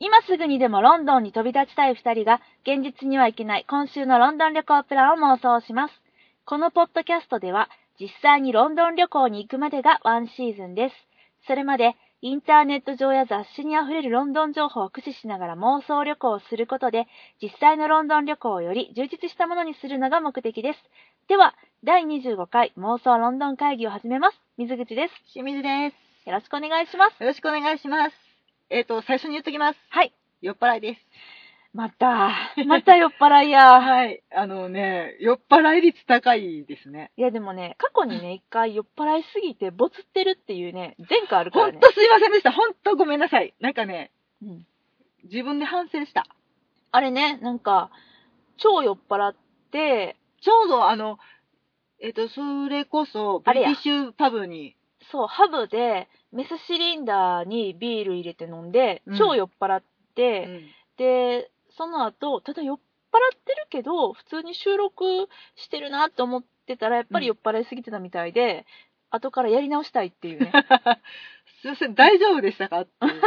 今すぐにでもロンドンに飛び立ちたい2人が現実には行けない今週のロンドン旅行プランを妄想します。このポッドキャストでは実際にロンドン旅行に行くまでがワンシーズンです。それまでインターネット上や雑誌にあふれるロンドン情報を駆使しながら妄想旅行をすることで実際のロンドン旅行をより充実したものにするのが目的です。では、第25回妄想ロンドン会議を始めます。水口です。清水です。よろしくお願いします。よろしくお願いします。えっ、と、最初に言っときます。はい。酔っ払いです。また、また酔っ払いや。はい。あのね、酔っ払い率高いですね。いやでもね、過去にね、一回酔っ払いすぎてボツってるっていうね、前科あるかほらんねと。すいませんでした。ほんとごめんなさい。なんかね、うん自分で反省した。あれね、なんか、超酔っ払って、ちょうどあの、えっ、と、それこそ、あブれリテやィッシュパブに、そう、ハブで、メスシリンダーにビール入れて飲んでう、ん超酔っ払っうて、んで、その後、ただ酔っ払ってるけど、普通に収録してるなって思ってたら、やっぱり酔っ払いすぎてたみたいで、後からやり直したいっていうね。すいません、大丈夫でした かっていう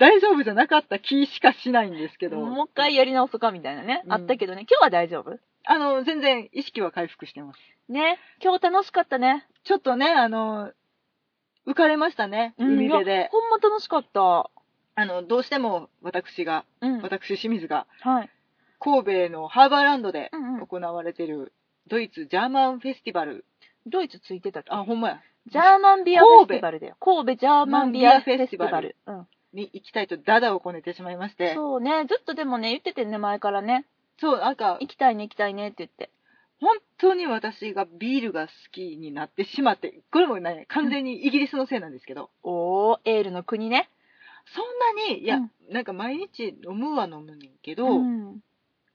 大丈夫じゃなかった気しかしないんです けど。もう一回やり直そうかみたいなね、うんあったけどね、今日は大丈夫あの、全然意識は回復してます。ね、今日楽しかったね。ちょっとね、あの、浮かれましたね、うん海辺いやで。ほんま楽しかった。あの、どうしても私が、うん。私清水が、はい。神戸のハーバーランドでうんうん。行われてる、ドイツジャーマンフェスティバル。ドイツついてたっけあ、ほんまや。ジャーマンビアフェスティバルだよ。神戸ジャーマンビアフェスティバル。うん。に行きたいとダダをこねてしまいまして。そうね、ずっとでもね、言っててね、前からね。そう、なんか、行きたいね、行きたいねって言って。本当に私がビールが好きになってしまって、これもね、完全にイギリスのせいなんですけど、おー、エールの国ね。そんなに、いや、うんなんか毎日飲むは飲むねんけど、うん。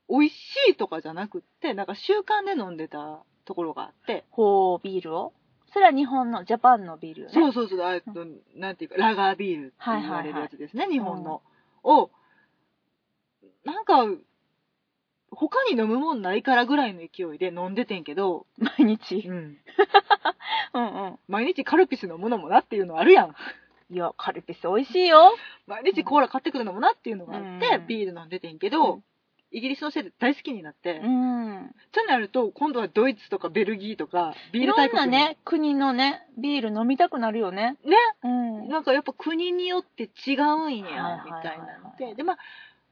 美味しいとかじゃなくって、なんか習慣で飲んでたところがあって、ほう、ビールを。それは日本の、ジャパンのビールよね。。そううそうそう、あえっと、なんていうか、ラガービールってはい言はいはわいれるやつですね、日本の。を、なんか、他に飲むもんないからぐらいの勢いで飲んでてんけど、毎日。 うんうん。毎日カルピス飲むのもなっていうのあるやん。いや、カルピス美味しいよ。毎日コーラ買ってくるのもなっていうのがあって、うんビール飲んでてんけうどん、イギリスのせいで大好きになって、うん。そうなると、今度はドイツとかベルギーとか、ビいールろ大ん国なにね、国のね、ビール飲みたくなるよね。ね。うん。なんかやっぱ国によって違うはいはんや、みたいいなはのいはで。で、まあ、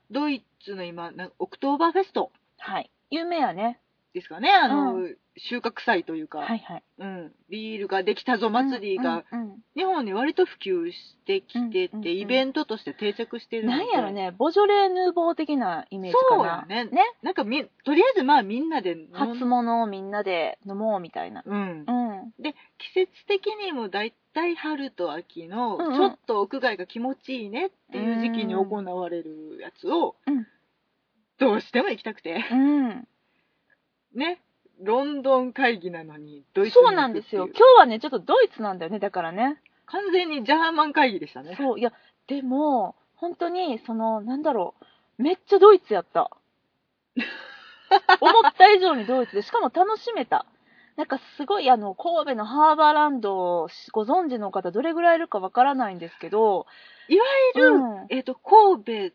ドイツの今、なんかオクトーバーフェストはい。有名やね。ですかね、あの、収穫祭というか、はいはい。うん、ビールができたぞ祭りが、うんうんうん日本に割と普及してきてて、うんうんうんイベントとして定着してるのなで。んやろね、ボジョレ・ヌーボー的なイメージかそうなや。ねなんかみ、とりあえずまあみんなで飲ん初物をみんなで飲もうみたいな。うんう、ん。で、季節的にもだいたい春と秋の、うんうんちょっと屋外が気持ちいいねっていう時期に行われるやつを、うんどうしても行きたくて。うん。ね、ロンドン会議なのにドイツにそう行なんくでってすいよ。今日はね、ちょっとドイツなんだよね、だからね。完全にジャーマン会議でしたねそう。いや、でも、本当に、その、なんだろう、めっちゃドイツやった。思った以上にドイツで、しかも楽しめた。なんかすごい、あの、神戸のハーバーランドをご存知の方、どれぐらいいるかわからないんですけど、いわゆる、うんえっ、と神戸っ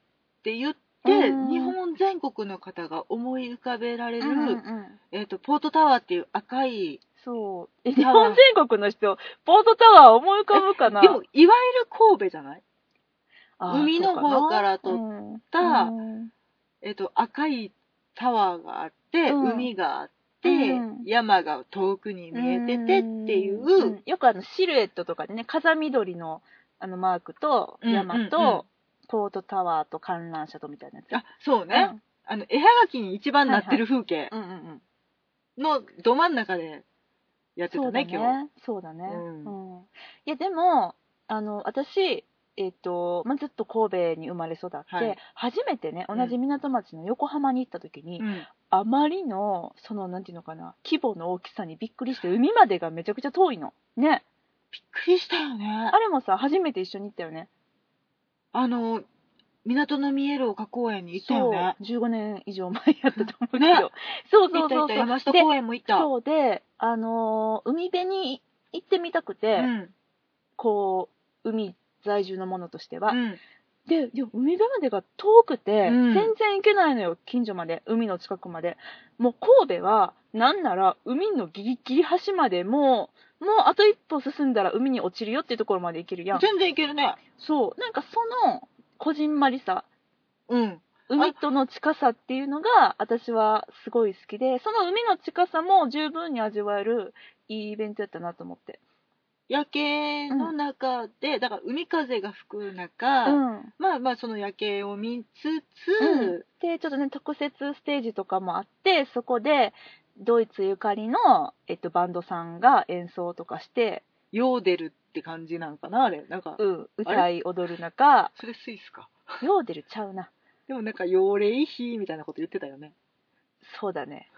て言ってうん日本全国の方が思い浮かべられる、うんうんうんえっとポートタワーっていう赤いそう。え日タ本ワー全国の人、ポートタワー思い浮かぶかなでもいわゆる神戸じゃない、あー海の方そうから撮ったなうんえっと赤いタワーがあって、うん海があって、うん山が遠くに見えててっていう、んよくあのシルエットとかでね、風見鳥のあのマークと、うんうんうん山と、ポートタワーと観覧車とみたいなやつ。あそうね、あの絵はがきに一番なってる風景、うん、うんうんうん。のど真ん中でやってそたうだね、今ね。そうだね。ううんん。いや、でも、あの、私、えっと、まあ、ずっと神戸に生まれ育って、はい初めてね、同じ港町の横浜に行った時に、日。うんあまりの、その、なんていうのかな、規模の大きさにびっくりして、海までがめちゃくちゃ遠いの。ね。びっくりしたよねあ。れもさ、初めて一緒に行ったよね。あの、港の見える丘公園に行ったよね。そう。15年以上前やったと思うけど。ね そう行そっうた行そっうそた、う。山下で公園も行った。そうで、あのー海辺に行ってみたくて、うん。こう、海在住のものとしては、うんで、いや、海辺までが遠くて、うん全然行けないのよ、近所まで、海の近くまで。もう神戸は、なんなら、海のギリギリ端までもう、もうあと一歩進んだら海に落ちるよっていうところまで行けるやん。全然いけるね。そう、なんかその、こじんまりさ、うん。海との近さっていうのが、私はすごい好きで、その海の近さも十分に味わえる、いいイベントやったなと思って。夜景の中で、だから海風が吹く中、うん。まあまあその夜景を見つうんつ、で、ちょっとね、特設ステージとかもあって、そこで、ドイツゆかりの、えっと、バンドさんが演奏とかして、ヨーデルって感じなんかな、あれ。なんか、うん、歌い踊る中、それスイスか。ヨーデルちゃうな。でもなんか、ヨーレイヒーみたいなこと言ってたよね。そうだね。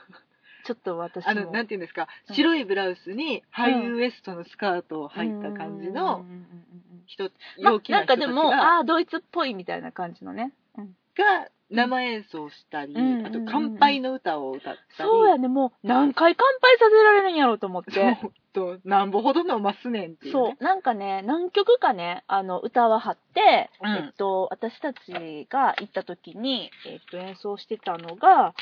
ちょっと私も。あの、なんていうんですか、うん白いブラウスにハイウエストのスカートを履いた感じうんうのんうんうん人、うん、ま陽気ななんか人たちでが、も、ああー、ドイツっぽいみたいな感じのね。うんが生演奏したり、うんあと乾杯の歌を歌ったり、そうやね、もう何回乾杯させられるんやろうと思って。ちょっと、なんぼほど飲ますねんっていう、ね。そう、なんかね、何曲かね、あの、歌は張って、うんえっと、私たちが行った時に、えっと、演奏してたのが、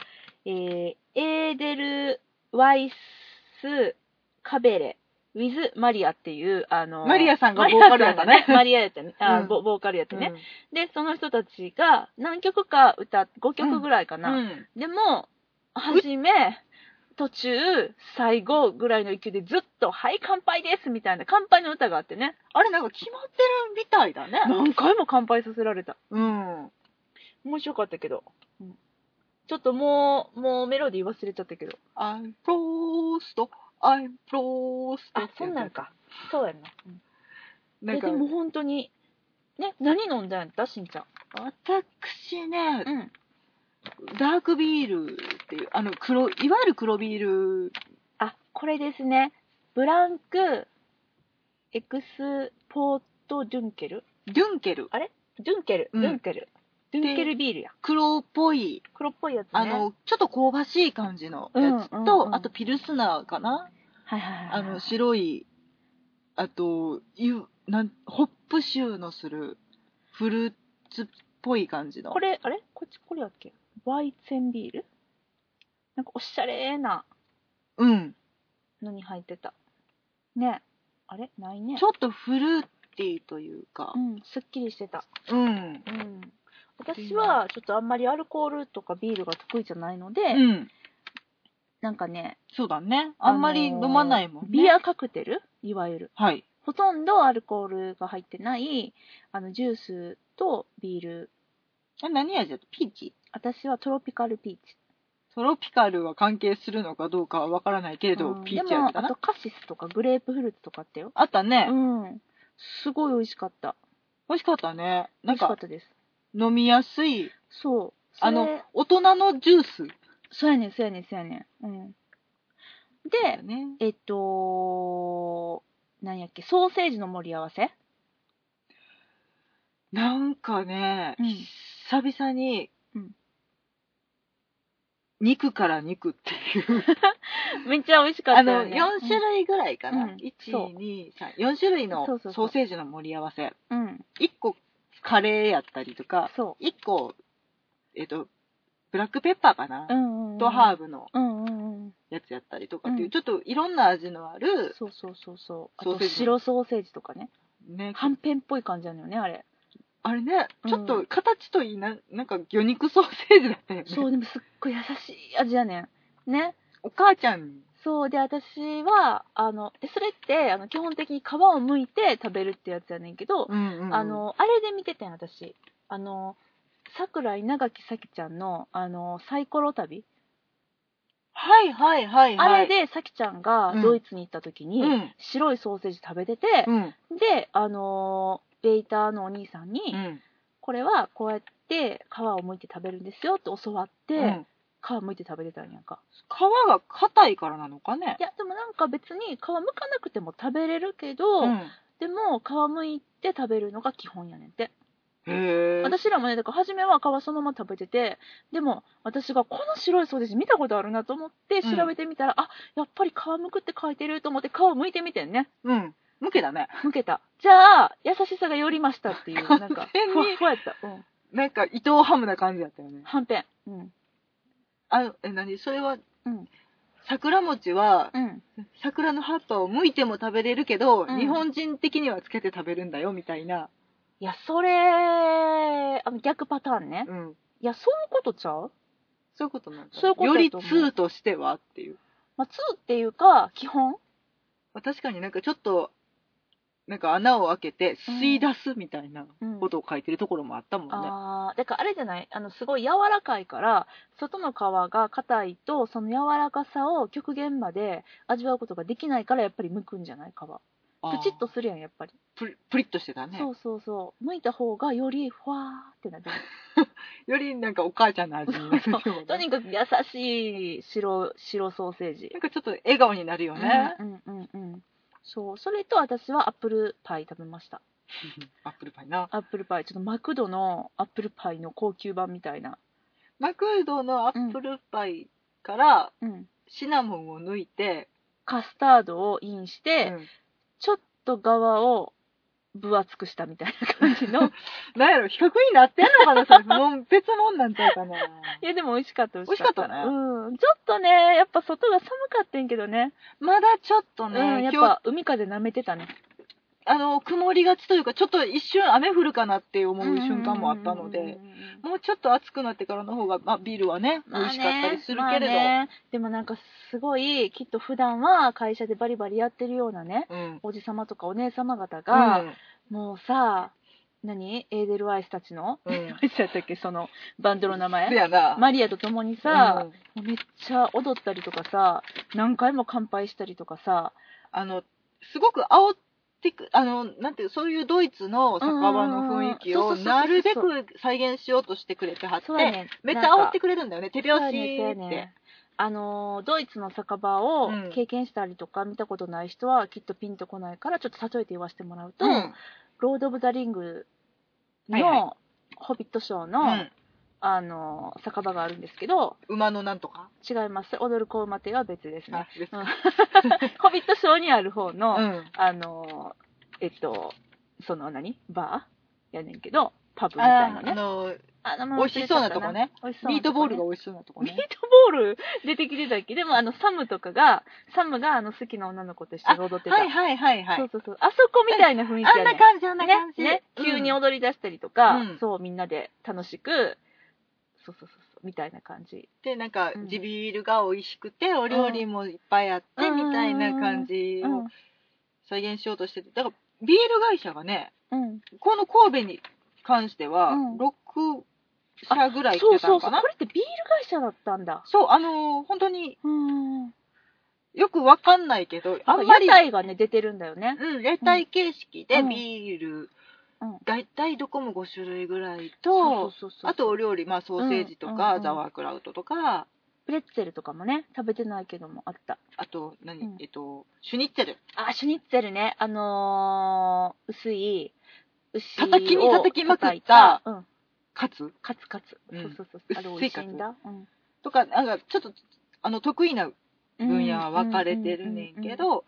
えー、エーデル・ワイス・カベレ、ウィズ・マリアっていう、あの、マリアさんがボーカルやったね マリアやったね。あうんボボーカルやってね、ね。で、その人たちが何曲か歌って、5曲ぐらいかな。うんでも、初め、途中、最後ぐらいの勢いでずっと、はい、乾杯ですみたいな、乾杯の歌があってね、あれなんか決まってるみたいだね。何回も乾杯させられた。うん。面白かったけど。うんちょっともう、もうメロディー忘れちゃったけど。 I'm lost, I'm lost. か。そうやな。うんなんえかで、も本当に、ね、何飲んだんやったしんちゃん。私ね、うん。ダークビールっていう、あの、黒、いわゆる黒ビール、あ、これですね。ブランク、エクスポート・ドゥンケルデュンケル。ドゥンケル、うんドゥンケル。ドゥンケルビールや。黒っぽい、黒っぽいやつね。あの、ちょっと香ばしい感じのやつと、うんうんうんあとピルスナーかなはいはいはいはい。あの、白い、あと、ゆなんホップ臭のする、フルーツっぽい感じの。これ、あれこっち、これやっけワイツェンビールなんかおしゃれなうん。のに入ってた。ねあれないね。ちょっとフルーティーというかう。ん、すっきりしてた。うん。うん。私は、ちょっとあんまりアルコールとかビールが得意じゃないので、うん。なんかね、そうだね。あんまり飲まないもんね。ビアカクテルいわゆる。はい。ほとんどアルコールが入ってない、あの、ジュースとビール。え、何味だったピーチ私はトロピカルピーチ。トロピカルは関係するのかどうかはわからないけれど、うんピーチで味も、だあなと。カシスとかグレープフルーツとかあったよ。あったね、うん。すごい美味しかった。美味しかったね。美なん味しかかっ、たです。飲みやすい。そう。それあの、大人のジュース。そうやねん、そうやねん、そうやねん。うん。だで、ね。えっと、何やっけ、ソーセージの盛り合わせなんかね、うん久々に、うん肉から肉っていう。めっちゃ美味しかあったよ、の、ね。 4種類ぐらいかうんな。うん一そう二三4種類のそうそうそソうーセージの盛り合わせ。うん。うん。 1個カレーやったりとか、そ1個、えっと、ブラックペッパーかなう。う、んうん。とハーブ。ブのうんうんうん。やつやったりとかっていう、うんちょっといろんな味のある、そうそうそうそう。あソーとセージ白ソーセージとかね。ね、はんぺんっぽい感じなのよね、あれ。あれね、うんちょっと形といいな、なんか魚肉ソーセージだったよね。そう、でもすっごい優しい味やねん。ね。お母ちゃんに。そうで私はあのえそれってあの基本的に皮を剥いて食べるってやつやねんけど、うんうんうんあ、のあれで見ててん私あの桜井長き咲ちゃんのあのサイコロ旅、はいはいはいはい。あれで咲ちゃんがドイツに行った時に、うん白いソーセージ食べてて、うん。であのベイターのお兄さんに、これはこうやって皮を剥いて食べるんですよって教わって、うん皮剥いて食べてたんやんか皮が硬いからなのかねい。やでもなんか別に皮剥かなくても食べれるけど、うんでも皮むいて食べるのが基本やねんてへえ。私らもねだから初めは皮そのまま食べててでも私がこの白いソーセージ見たことあるなと思って調べてみたら、あやっぱり皮むくって書いてると思って皮むいてみてんねうん。向けだね。向けた。じゃあ、優しさが寄りましたって いう、なんか完、全にふわふわやった。うん。なんか、伊藤ハムな感じだったよね。反転。うん。あの、え、何それは、うん。桜餅は、うん。桜の葉っぱを剥いても食べれるけど、うん日本人的にはつけて食べるんだよ、みたいな。いや、それ、あの逆パターンね。うん。いや、そういうことちゃうそういうことなんだ。そういうことよだりと思う2としてはっていう。まあ、2っていうか、基本まあ確かになんかちょっと、なんか穴を開けて吸い出すみたいなうんことを書いてるところもあったもんね。ああ、だからあれじゃないあの、すごい柔らかいから、外の皮が硬いと、その柔らかさを極限まで味わうことができないから、やっぱり剥くんじゃない皮。プあーチッとするやん、やっぱり。プリプリッとしてたねそ。うそうそう。剥いた方がよりふわーってなる。よりなんかお母ちゃんの味になるよ う なとにかく優しい白、白ソーセージな。んかちょっと笑顔になるよね。うんうんうんうん。そう。それと私はアップルパイ食べました。アップルパイな。アップルパイ。ちょっとマクドのアップルパイの高級版みたいな。マクドのアップルパイからうん。シナモンを抜いて、カスタードをインして、うんちょっと側を分厚くしたみたいな感じ の。なんやろ、比較になってんのかなそれ。も う別物なんちゃうかな。いや、でも美味しかった、美美味しかったねうん。ちょっとね、やっぱ外が寒かったんけどね。まだちょっとね、うん、やっ今日、ぱ海風舐めてたね。あの、曇りがちというか、ちょっと一瞬雨降るかなって思う瞬間もあったのうんうんうでん、うんうん。もうちょっと暑くなってからの方が、まあ、ビールはね、美まあね味しかったりするけれど。まあねでもなんかすごいきっと普段は会社でバリバリやってるようなねうん。おじさまとかお姉様方うが、んもうさ何エーデルワイスたちの、うん エーデルワイスだったっけそのバンドの名そ前やな。マリアと共にさう、もうんめっちゃ踊ったりとかさ何回も乾杯したりとかさあの、すごく煽ってく、あの、なんていう、そういうドイツの酒場の雰囲気うんうんをうんそうそうそうそうなるべく再現しようとしてくれてはって、そうやねめっちゃ煽ってくくれるんだよね、手る拍子って。あのードイツの酒場をうん経験したりとか見たことない人はきっとピンとこないからちょっと例えて言わせてもらうと、うんロード・オブ・ザ・リングはいはのホビットショーの、うんあの、酒場があるんですけど、馬のなんとか。違います。踊る子馬亭は別ですねあ。ですかうんホビットショーにある方の、うんあの、えっと、その何バーやねんけど、パブみたいなあーあね。の、あの美味しそうなとこね。美味しそうミなーとトこねボールが美味しそうなとこミーね。トボール 出てきてたっけでもあの、サムとかが、サムがあの好きな女の子と一緒に踊ってた。はいはいはいはい。そうそうそう。あそこみたいな雰囲気やあんねな感じ、あんなね感じ。ね、うん急に踊り出したりとか、うんそうみんなで楽しくそうそうそうそうみたいな感じでなんかうん地ビールが美味しくてお料理もいっぱいあってうんみたいな感じうんを再現しようとしててだからビール会社がねうんこの神戸に関してはうん6社ぐらい来そうてたそのうそかうなこれってビール会社だったんだそうあのー本当にうんよくわかんないけどああんんままりり屋台がね出てるんだよねうん屋台形式でうんビールうん大体どこも5種類ぐらいそうそうとそうそうあとお料理まあソーセージとかうんうんザワークラウトとかプレッツェルとかもね食べてないけどもあったあと何うんえっとシュニッツェルあシュニッツェルねあのー、薄い牛を叩きに叩きまくった叩いた、うん、カツカツカツ、うんそうそうそうあれ美味しいんだ、うんとか、なんかちょっと、あの、得意な分野は分かれてるねんけ、ど、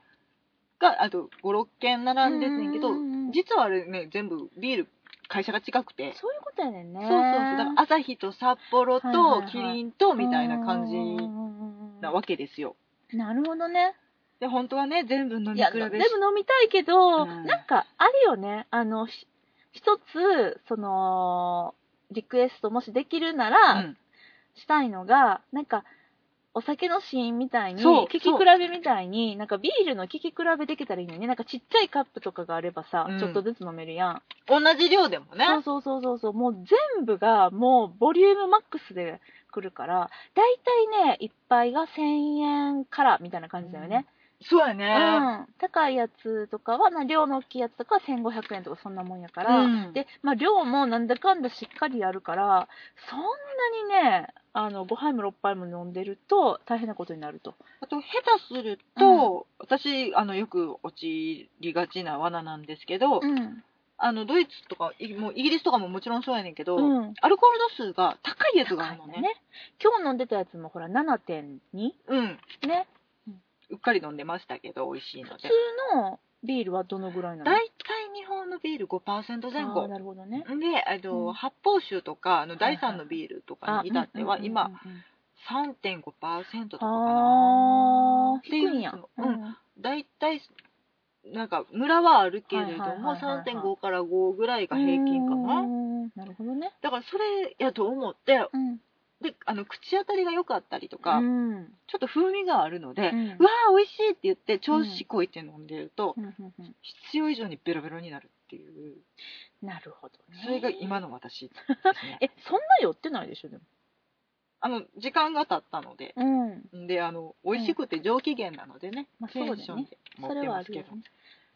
が、あと、5、6件並んでんねんけどう、ん実はあれね、全部ビール、会社が近くて。そういうことやねんねそうそうそう。だから、朝日と札は幌いはいとはいキリンと、みたいな感じなわけけですよ。なるほどねで、本当はね、全部飲いみや比全部べし飲みたいけど、うんなんかあるよねあのひ一つそのリクエストもしできるなうら、んしたいのがなんかお酒のシーンみたいにそう聞き比べみたいになんかビールの聞き比べできたらいいのにねなんかちっちゃいカップとかがあればさ、うんちょっとずつ飲めるやん同じ量でもね。そうそうそうそうそう、もう全部がもうボリュームマックスで来るから、だいたいね、一杯が1000円からみたいな感じだよね。そうやうね。ん。高いやつとかは、な量の大きいやつとかは1500円とかそんなもんやから、うんで、まあ量もなんだかんだしっかりやるから、そんなにね、あの、5杯も6杯も飲んでると大変なことになると。あと、下手すると、私、あの、よく陥りがちな罠なんですけど、うん。あの、ドイツとか、いもうイギリスとかももちろんそうやねんけど、うん。アルコール度数が高いやつがあ高るいののね。ね。今日飲んでたやつもほら7.2うん。ね。うっかり飲んでましたけど、美味しいの普で通。のビールはどのぐらいなの大体日本のビール5%前あー後なるほどね。で、あのうん発泡酒とかあのはいはい第3のビールとかに至っては今うんうんうん3.5%とかかあなあ、低いんや。うん、大体なんか村はあるけれどはいはいもはいはい3.5から5ぐらいが平均かうーなんなるほどね。だからそれやと思ってうん。であの口当たりが良かったりとか、うん。うんちょっと風味があるので、ううんわー美味しいって言って調子こいて飲んでると、うんうん必要以上にベロベロになるっていうなるほどね。それが今の私ですねえ、そんな酔ってないでしょ、でも。あの時間が経ったのでうん。であの美味しくて上機嫌なのでね、まあテンションで持そってれはまあするけよどね。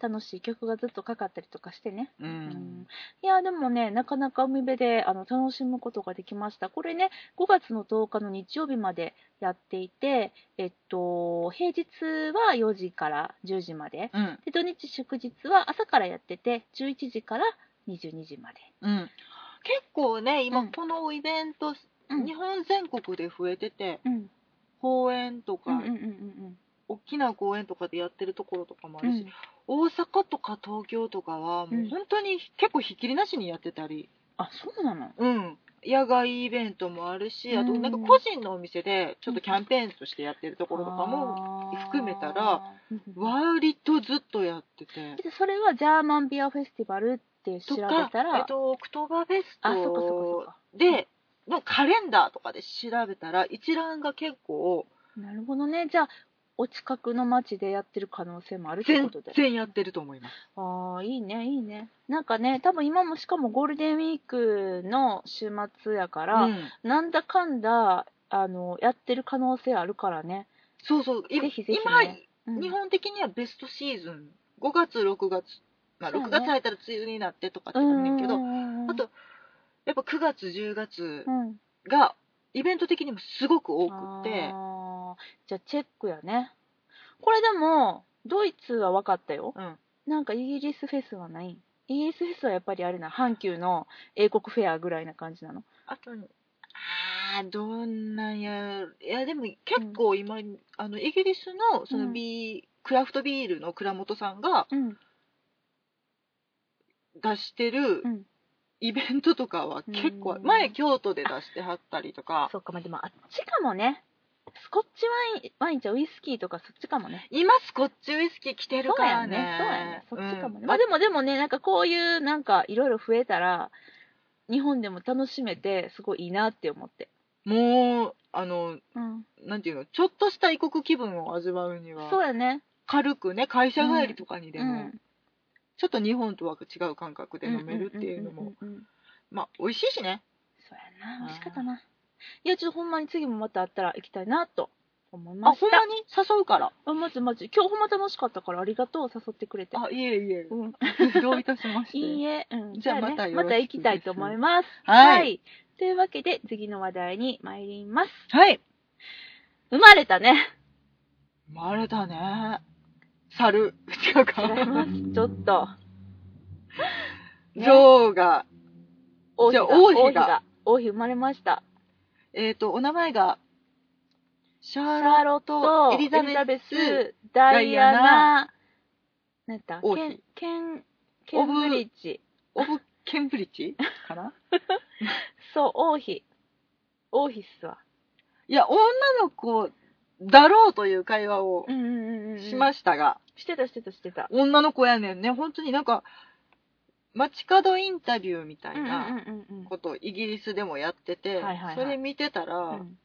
楽しい曲がずっとかかったりとかしてね。ううんん、いや、でもね、なかなか海辺であの楽しむことができました。これね、5月の10日の日曜日までやっていて、えっと、平日は4時から10時まで。うんで、土日祝日は朝からやってて、11時から22時まで。うん、結構ねう今んこのイベンうト、ん日本全国で増えててうん。公園とか、うんうんうんうん大きな公園とかでやってるところとかもあうん。るし、大阪とか東京とかはもううん本当に結構ひっきりなしにやってたり、あ、そうなのうん、野外イベントもあるしあとうんなんか個人のお店でちょっとキャンペーンとしてやってるところとかも含めたらあー、うんうん割とずっとやってて。でそれはジャーマンビアフェスティバルって調とべか、たえらっ、と、オクトーバーフェスあ、そっかそっかそっトか。で、のカレンダーとかで調べたら、一覧が結構、なるほどね。じゃあ、お近くの町でやってる可能性もあるってこ全とで。然やってると思います。ああ、いいね、いいね。なんかね、多分今もしかもゴールデンウィークの週末やから、うんなんだかんだ、あの、やってる可能性あるからね。そうそう、いぜひぜひ今、ねうん日本的にはベストシーズン、5月、6月、まあ、そうね6月入ったら梅雨になってとかってうあんるねんけうど、んうんあと、やっぱ9月、10月うん、が、イベント的にもすごく多くて、あーじゃあチェックやねこれでもドイツは分かったようん、なんかイギリスフェスはないイギリスフェスはやっぱりあれな阪急の英国フェアぐらいな感じなのあと、あーどんなんやろ、いや、でも結構今、あのイギリスのそうのんビー、クラフトビールの倉本さんがうん出してるうんイベントとかは結構、うん前、京都で出してはったりとか、そうかまあでもあっちかもねスコッチワインワインじゃウイスキーとかそっちかもね今、スコッチウイスキー来てるそうかやらねそうやねね。そっちかもね、うんまあでもでもねなんかこういうなんかいろいろ増えたら日本でも楽しめてすごいいいなって思ってもう、あの、うんなんていうの、ちょっとした異国気分を味わうにはそ、うやね軽くね、会社帰りとかにでうも、んちょっと日本とは違う感覚で飲めるっていうのんんも、うんうんうんまあ、美味しいしね。そうやなあー美味しかったないやちょっとほんまに次もまたあったら行きたいなと思いあ、ましほんまに誘うから。たあまずまず今日ほんま楽しかったからありがとう誘ってくれてあ、いえいえ。うん、どういたしまして。いいえ、 うん、じゃあねまたよろしまくた行きたいと思いますはいというわけで次の話題に参りますはい。生まれたね生まれたね。猿。違違ういまか。す ちょっとね女王が、王妃じゃがあ王王妃が妃が王妃生まれましたえっ、と、お名前が、シャシーャーラロッとト、エエリリザザベベスス、ダイアナ、なんやった王ケン妃、ケン、ケンブリッジ。オブ・ケンブリッ ジかなそう、王妃。王妃っすわ。いや、女の子だろうという会話をうんうんうんうん。しましたが、してたしてたしてた。女の子やねんね。本当になんか、街角インタビューみたういんうんうんなうんうんことをイギリスでもやってて、はいはいはいそれ見てたら、うん。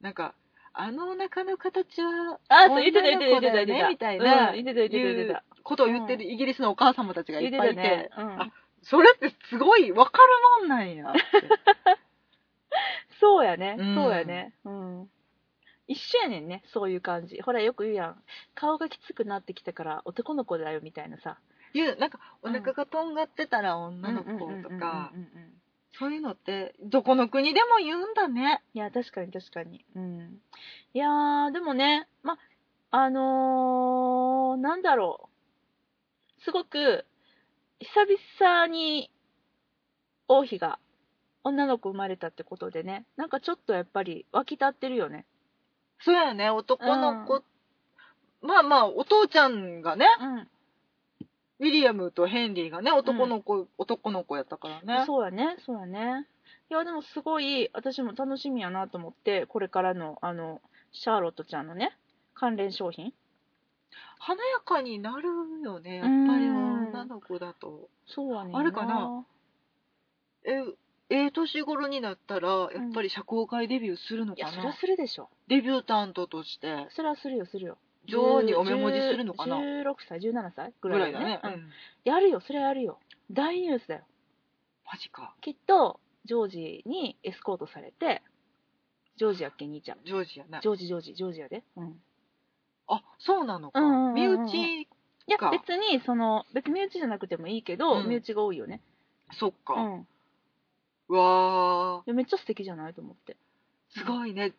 なんか、あのお腹の形は、あ、そう、言ってた言女っのてた子言だっよてねた。みたいうな、ん言ってた言ってた言ってた。ことを言ってるイギリスのお母様たちがい言っってぱたいいて、ね。うんあ。それってすごいわかるもんなんやって。そうやね。うんそうやね。うん。一緒やねんね、そういう感じ。ほら、よく言うやん。顔がきつくなってきたから男の子だよ、みたいなさ。いう、なんか、お腹がとんがってたら女の子とかう、んうんうんうんうんうん。そういうのって、どこの国でも言うんだね。いや、確かに確かに。うん。いやー、でもね、ま、あのー、なんだろう。すごく、久々に、王妃が、女の子生まれたってことでね、なんかちょっとやっぱり湧き立ってるよね。そうやね、男の子、まあまあ、お父ちゃんがね、うん。ウィリアムとヘンリーがね、男の子、男の子やったからね。そうやね、そうやね。いや、でもすごい、私も楽しみやなと思って、これからの、あの、シャーロットちゃんのね、関連商品。華やかになるよね、やっぱりうん女の子だと。そうやねんあれかなえ、ええ年頃になったら、やっぱり社交界デビューするのいかや、そな、りゃするでしょ。デビュータントとして、そりゃするよ、するよ。女王にお目文字するのかな10 16歳、17歳ぐぐららいいだだねね。ううんんやるよ、それやるよ。大ニュースだよ。マジか。きっと、ジョージにエスコートされて、ジョージやっけ、兄ちゃん。ジョージやねジ。ョージ、ジョージ、ジョージやで。うん。あ、そうなのか。うんうんうん身うん内、いやか別にその別に身内じゃなくてもいいけど、うん身内が多いよねそっうか。んいうわやめっちゃ素敵じゃないと思ってー、すごいね。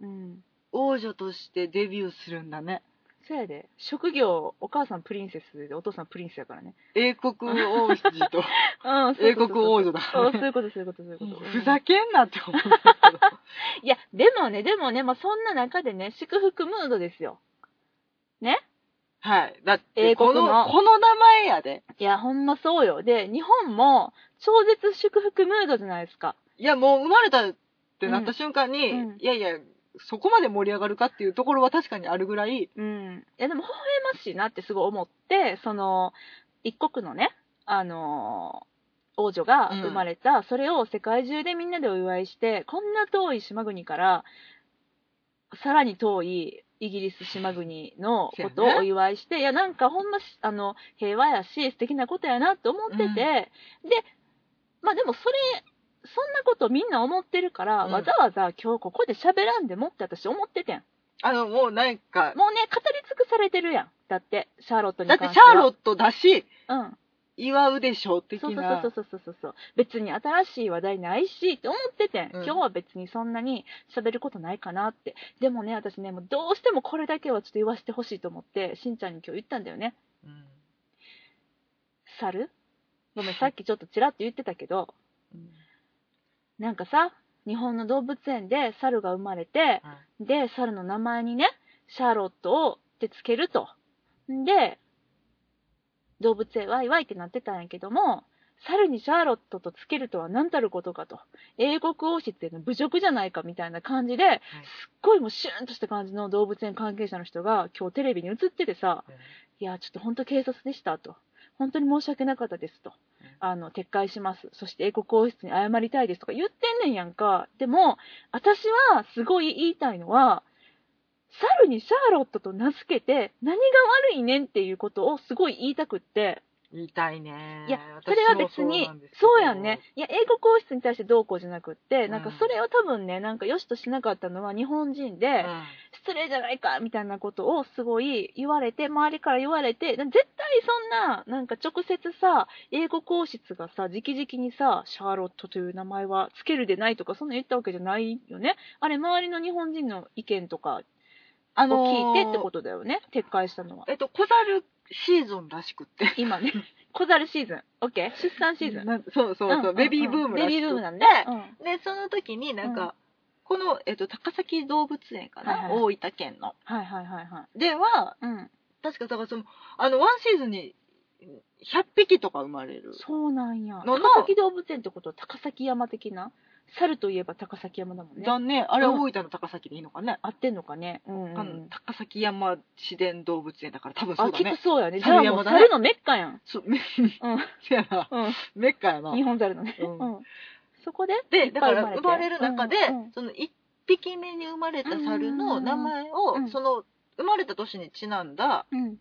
うん王女としてデビューするんだね。そやで職業お母さんプリンセスでお父さんプリンスやからね英国王 子とうんそうい英うこと国王女だ。そうそういうことそういうことそういうことうんふざけんなって思うんだけど。いやでもねでもね、まあ、そんな中でね祝福ムードですよはい。だっ英て、国このの、この名前やで。いやほんまそうよで日本も超絶祝福ムードじゃないですかいや、もう生まれたってなった瞬間に、うんいやいや、そこまで盛り上がるかっていうところは確かにあるぐらい、うん、いやでも微笑ましいなってすごい思ってその一国のね、あのー王女が生まれた、それを世界中でみんなでお祝いしてこんな遠い島国からさらに遠いイギリス島国のことそうやをねお祝いして、いやなんかほんましあの平和やし素敵なことやなって思ってて、うんでまあでもそれそんなことみんな思ってるから、うんわざわざ今日ここで喋らんでもって私思っててん。あの、もうなんか、もうね、語り尽くされてるやん。だって、シャーロットにだ関っしてては。シャーロットだし、うん。祝うでしょ、的そうそな。うそうそうそうそう。別に新しい話題ないし、って思っててん。うん今日は別にそんなに喋ることないかなって。でもね、私ね、もうどうしてもこれだけはちょっと言わせてほしいと思って、しんちゃんに今日言ったんだよね。うん猿ごめん、さっきちょっとちらっと言ってたけど、うんなんかさ、日本の動物園で猿が生まれて、で、猿の名前にね、シャーロットをってつけると。んで、動物園ワイワイってなってたんやけども、猿にシャーロットとつけるとは何たることかと。英国王室への侮辱じゃないかみたいな感じで、すっごいもうシューンとした感じの動物園関係者の人が今日テレビに映っててさ、いや、ちょっと本当警察でしたと。本当に申し訳なかったですとうん。あの、撤回します。そして英国王室に謝りたいですとか言ってんねんやんか。でも、私はすごい言いたいのは、猿にシャーロットと名付けて何が悪いねんっていうことをすごい言いたくって。言いたいね。いや、私それはも別になんです、けどそうやんね。。いや、英国王室に対してどうこうじゃなくって、なんかうんそれを多分ね、なんか良しとしなかったのは日本人で、うん失礼じゃないかみたいなことをすごい言われて周りから言われてな絶対そんななんか直接さ英国王室がさ直々にさシャーロットという名前はつけるでないとかそんな言ったわけじゃないよねあれ周りの日本人の意見とかあをのー聞いてってことだよね、撤回したのはえっと、小猿シーズンらしくって。今ね 小猿シーズン OK 出産シーズン、 なそうそうそう、ベビーブームらしベビーくって。ブームなんで、うんで、その時になんうか、この、えっと、高崎動物園かな、はいはいは大分県の。はいはいはいはでは、い、うん、確か、だからその、あの、ワンシーズンに100匹とか生まれる。そうなんやのの高崎動物園ってことは高崎山的な猿といえば高崎山だもんねだね。あれはうん大分の高崎でいいのかね。合ってんのかね。うんうんうあのん。高崎山自然動物園だから多分そあ、うだきっとね。そうやね。じゃあ猿もう山だね猿のメッカやん。そう、め、 うせやな。ん。メッカやうな。ん。日本猿のね。ううんん。そこでで、だからいっ生ぱまいれる中で、うんうんその1匹目に生まれた猿の名前を、うんその生まれた年にちなんだうん。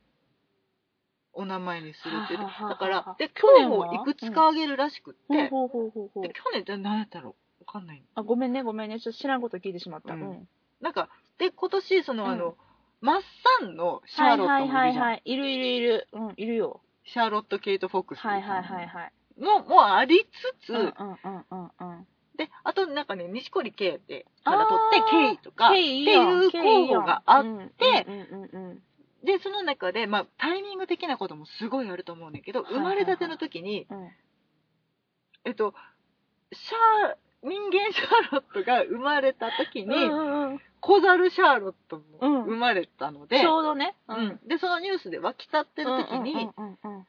お名前にするっていう。ははははだから、で、去去年年はをいくつかあげるらしくって、ほうで、去ほうほうほうほう。年って何やったろうわかんない。あ、ごめんね、ごめんね。ちょっと知らんこと聞いてしまった。ううんん。なんか、で、今年、その、うんあの、マッサンのシはャーいロッはトいもいはるいじゃん。はい。いるいるいる。うん、いるよ。シャーロット・ケイト・フォックス。はいはいはいはい。も、もうありつうつ、んうんうんうんうん。で、あとなんかね、西堀圭って、から取あって、ーケイとか、っケてイやんいう候補があっケイやんうんうんうんうんうん。で、その中で、まあ、タイミング的なこともすごいあると思うんだけど、はいはい生まれたての時に、うんえっと、シャー、人間シャーロットが生まれた時うんに、うんうん小猿シャーロットもうん生まれたので、ちょうどね。うん。で、そのニュースで沸き立ってる時に、うんうんうんうん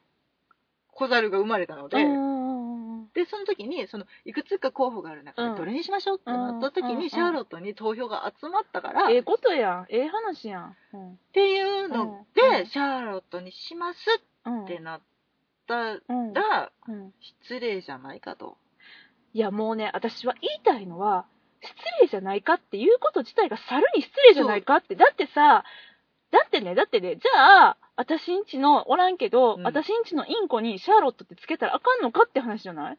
小猿が生まれたので、うんうんうんで、その時に、その、いくつか候補がある中うんで、どれにしましょうってなった時うんうんうんに、シャーロットに投票が集まったから、ええっことやん。ええ話やん。うん。ていうのうんうんで、シャーロットにしますうん。ってなったうんら、うん失礼じゃないかと。いや、もうね、私は言いたいのは、失礼じゃないかっていうこと自体が猿に失礼じゃないかって。だってさ、だってね、だってね、じゃあ、私んちの、おらんけど、うん私んちのインコにシャーロットってつけたらあかんのかって話じゃない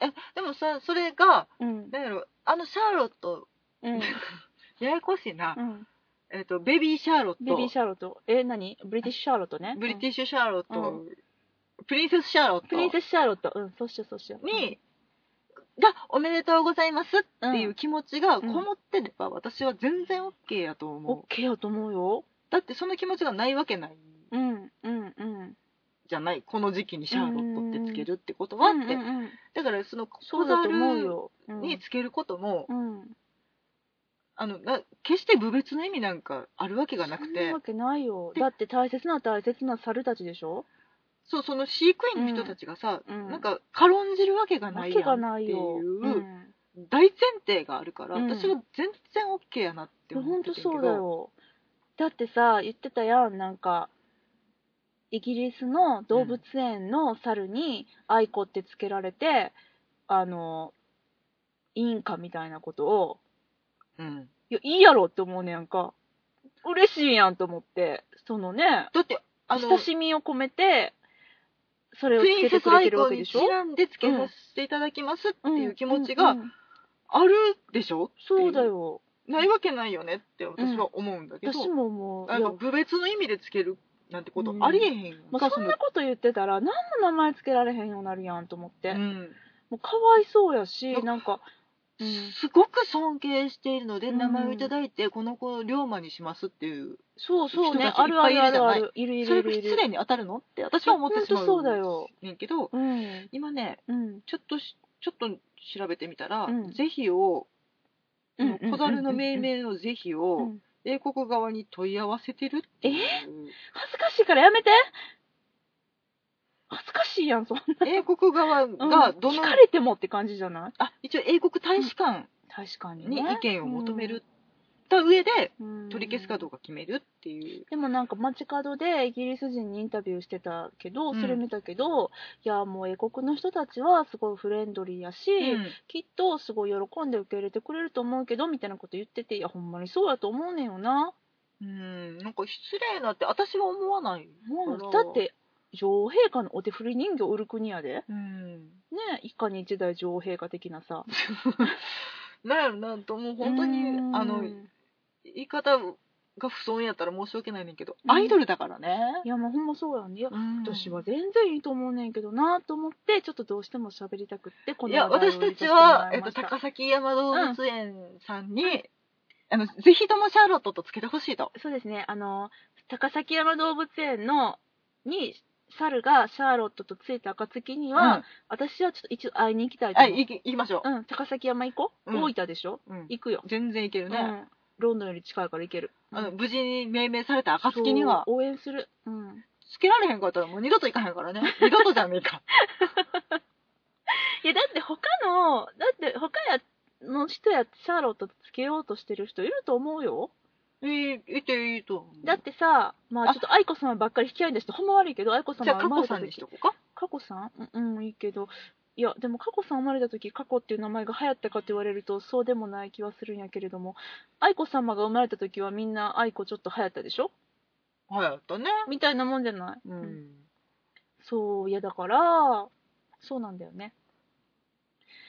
え、でもさ、それが、うん。なんやろ、あのシャーロット、うん。ややこしいなう。んえっと、ベビーシャーロット、ベビーシャーロット。え、何ブリティッシュシャーロットね。ブリィッシティッシュシャーロット、うプリンセスシャーロットプリンセスシャーロット。うん、そうしよう、そうしよう。に、が、おめでとうございますっていう気持ちがうこんもってれば、私は全然 OK やとうん、オッ思う。ケーやと思うよ。だってその気持ちがないわけないうん、うん、うん。じゃない。この時期にシャーロットってつけるってことはうっん、うて。んうん。だから、その、そ小うだと思う猿よ。うんにつけることも、うん。あのな、決して部別の意味なんかあるわけがなくそんなてわ、けないよでだって大切な大切な猿たちでしょそう、その飼育員の人たちがさ、うんなんか軽んじるわけがなわいけやがんっなていいよ、ううん大前提があるから、うん私は全然 OK やなっいてや思ほっんてとてんけどそうだよだってさ言ってたやんなんかイギリスの動物園の猿に愛子ってつけられて、あのいいんかみたいなことをうんいやいいやろって思うねやんか嬉しいやんと思ってそのねだって、あの親、しみを込めてそれをプつリンけセてスくれアてイるコわンけでにしちょなんでつけさせていただきますっていう気持ちうがんうんうんあるでしょ、そうだよないわけないよねって私は思うんだけど、私ももうないんやか部別の意味でつけるなんてことうんありえへんやんまかあ、そんなこと言ってたら何も名前つけられへんようになるやんと思って、うもん、うかわいそうやしうんなんか、うん、すごく尊敬しているので、うん名前をいただいてこの子を龍馬にしますっていうそうそうね人たちあるあるあいっぱいいるじゃるあるいるいるないそれいがるい失る礼に当たるのって私は思ってしまほんうとそうだよねんけどうん今ねうんちょっとしちょっと調べてみたら、うん是非をうん小猿の命うん名の是非うをん英国側に問い合わせてるっていう恥ずかしいからやめて恥ずかしいやんそんな、英国側うんがど聞の、かれてもって感じじゃないあ一応英国大使館確かににね意見を求めるた上でうん取り消すかどうか決めるっていう、でもなんか街角でイギリス人にインタビューしてたけど、それ見たけど、いやもう英国の人たちはすごいフレンドリーやし、きっとすごい喜んで受け入れてくれると思うけどみたいなこと言ってていやほんまにそうやと思うねんよなうんなんか失礼なって私は思わない、もうあらだって女王陛下のお手振り人形売る国やでねうん、え一家に一台女王陛下的なさなんやろなともう本当にうんあの言い方が不損やったら申し訳ないねんけど、うんアイドルだからね、いやもうほんまそうやんねいやうん私は全然いいと思うねんけどなと思ってちょっとどうしても喋りたくってこいのや話題を私入れさたせてちもらは、いえっまと、した高崎山動物園さんに、あのぜひともシャーロットとつけてほしいとそうですね、あの、高崎山動物園の、に、猿がシャーロットとついた暁には、うん私はちょっと一度会いに行きたいとあ思う。い行きましょうん、高崎山行こう、うん大分でしょう、うん行くよ、全然いけるね、うん。ロンドンより近いから行ける。あのうん、無事に命名された暁にはそう応援する。うん。つけられへんかったらもう二度と行かへ んからね二度とじゃねえかいや、だって他の、だって他や、の人やシャーロットとつけようとしてる人いると思うよ。えー、いていいと思うだってさ、まああちょっと愛子さんばっかり引き合いに出してほんま悪いけど、愛子さんじゃあがカ生まコれたさん時にしとこうか過去さんうん、うん、いいけど、いや、でも過去さん生まれた時、過去っていう名前が流行ったかと言われると、そうでもない気はするんやけれども、愛子様が生まれた時はみんな愛子ちょっと流行ったでしょはやったねみたいなもんじゃない、ううんんそう、いやだから、そうなんだよね。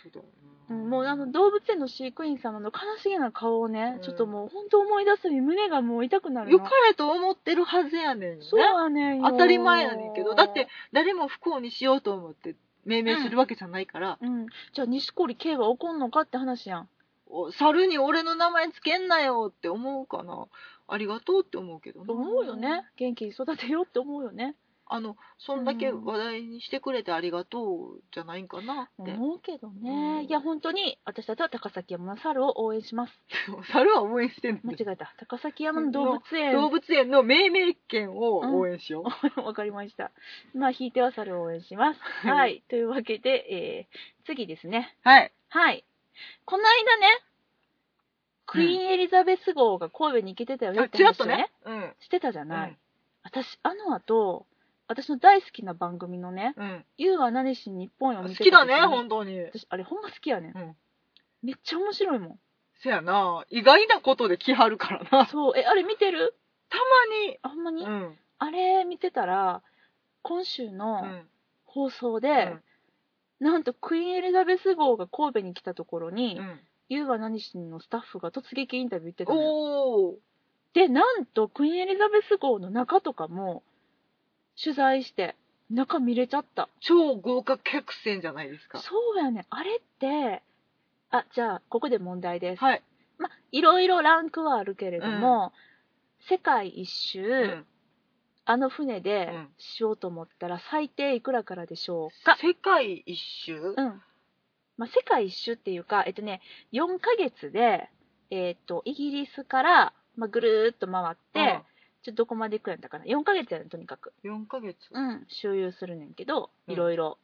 そうだようねん、もうあの動物園の飼育員様の悲しげな顔をね、うんちょっともう本当思い出すたび胸がもう痛くなるの。よかれと思ってるはずやねんよねそうはねんよ当たり前やねんけどだって、誰も不幸にしようと思って命名するわけじゃないから、うん、じゃあ錦織圭は怒んのかって話やん。お猿に俺の名前つけんなよって思うかなありがとうって思うけどな思うよね。元気に育てようって思うよね。あのそんだけうん話題にしてくれてありがとうじゃないんかなって、思うけどうねんいや本当に私たちは高崎山の猿を応援します猿は応援してるん間で違え た高崎山の動物園動物園の命名権を応援しよう、わかりました。まあ、引いては猿を応援し ます。いはい。というわけで、えー、次ですね。はいはい。この間ね、クイーンエリザベス号が神戸に行けてたよねあってちらっ話とをねねうんしてたじゃうない。ん私、あの後、私の大好きな番組のね、うん、 You は何しに日本を好見てきだねほん本当に私、あれほんま好きやねん。うんめっちゃ面白いもん。せやな意外なことで来はるからなたそう。え、あれ見てるまあ、ほんまに、にうんあれ見てたら、今週うのん放送で、うんなんとクイーンエリザベス号が神戸に来たところにう「ユーは何しに」のスタッフが突撃インタビュー行ってんたのよおおでなんとクイーンエリザベス号の中とかも取材して中見れちゃった超豪華客船じゃないですかそうやねあれってあじゃあここで問題です、はい、まいろいろランクはあるけれども、世界一周、うんあの船でうんしようと思ったら最低いくらからでしょうか、世界一周うん。まあ、世界一周っていうか、えっとね、4ヶ月で、えっと、イギリスから、まあ、ぐるーっと回って、ちょっとどこまで行くんやったかな。4ヶ月やねんとにかく。うん、4ヶ月うん。周遊するねんけど、うんいろいろ、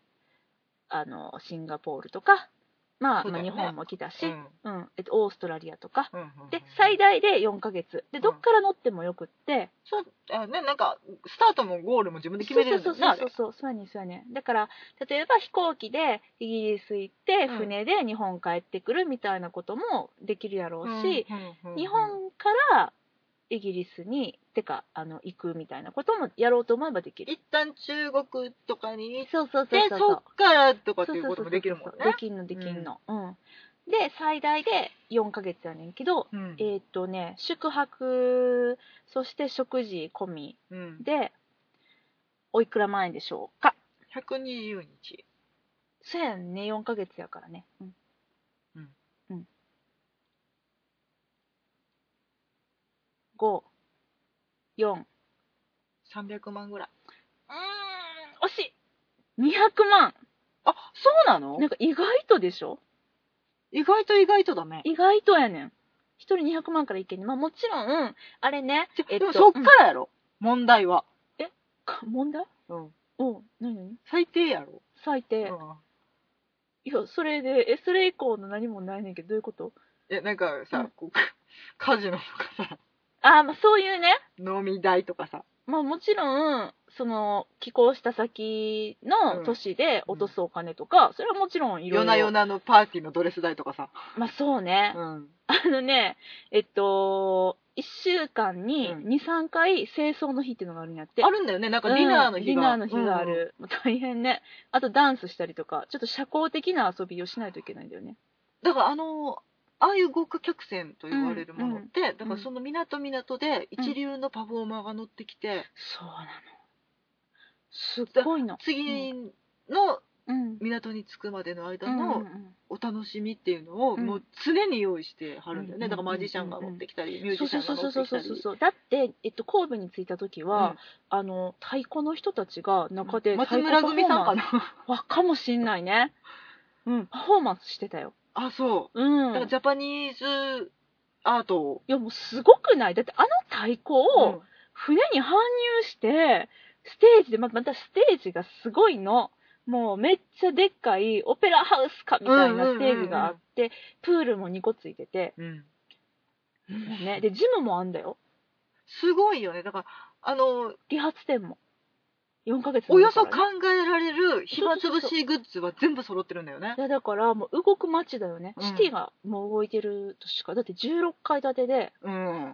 あの、シンガポールとか、まあ、そうまだあ、よ日ね本も来たし、ううんん、えっと、オーストラリアとか。うんうんで、最大で4ヶ月。で、んどっから乗ってもよくって、そうあねなんかスタートもゴールも自分で決めれるんだそうよねそうそあうそれうそうやねんそうやねんだから例えば飛行機でイギリス行ってうん船で日本帰ってくるみたいなこともできるやろうし、うんうんうんうん日本からイギリスにてかあの行くみたいなこともやろうと思えばできる一旦中国とかに行っそうそうそうてそうそっからとかってそういうそうそことうもできるもんでねきんのできんのうん、で最大で4ヶ月やねんけどうんえーっとね宿泊そして食事込みうんでおいくら万円でしょうか120日そうやんね、4ヶ月やからね。うん。うん。うん。5、4、うーん、 300万ぐらい惜しい !200 万あそうなのなんか意外とでしょ意外と意外とだね意外とやねん。一人200万からいけんねまあもちろん、あれね、じゃえっとでもそっからやろ、問題は、か問題ううん、ん、何々最低やろ、最低、うんいや、それで、え、それ以降の何もないねんけど、どういうことえなんかさ、うんこう カジノとかさあー、まあそういうね、飲み代とかさまあもちろん、その、寄港した先うのん都市で落とすお金とか、それはもちろんいろいろ。夜な夜なのパーティーのドレス代とかさ、まあそうね。うん、あのね、えっと、1週間にうん2、3回清掃の日っていうのがあるんやって。あるんだよねなんかディナーの日が、うんディナーの日がある。もう大変ね。あとダンスしたりとか、ちょっと社交的な遊びをしないといけないんだよね。だからあのああいう豪華客船と言われるものって、だからその港港で一流のパフォーマーが乗ってきて、そうなの。すっごいの。次のうん。港に着くまでの間うんのうんうんお楽しみっていうのをうんもう常に用意してはるんだよね、うんだからマジシャンが持ってきたり、ミューそうジシそャうンがそ乗うっそてうきそうたりそうそうだって、えっと、神戸に着いた時は、あの太鼓の人たちが中でうん太鼓松村組さんかななわかもしんないねうんパフォーマンスしてたよあそううだんからジャパニーズアートを、いやもうすごくないだってあの太鼓を船に搬入してステージでままたステージがすごいのもうめっちゃでっかいオペラハウスかみたいなステージがあって、プールも2個ついてて、うんもうね、でジムもあんだよすごいよねだからあの理髪店も4ヶ月のおよ中そからね考えられる暇つぶしグッズは全部揃ってるんだよねいやだからもう動く街だよね、うんシティがもう動いてるとしかだって16階建てでうん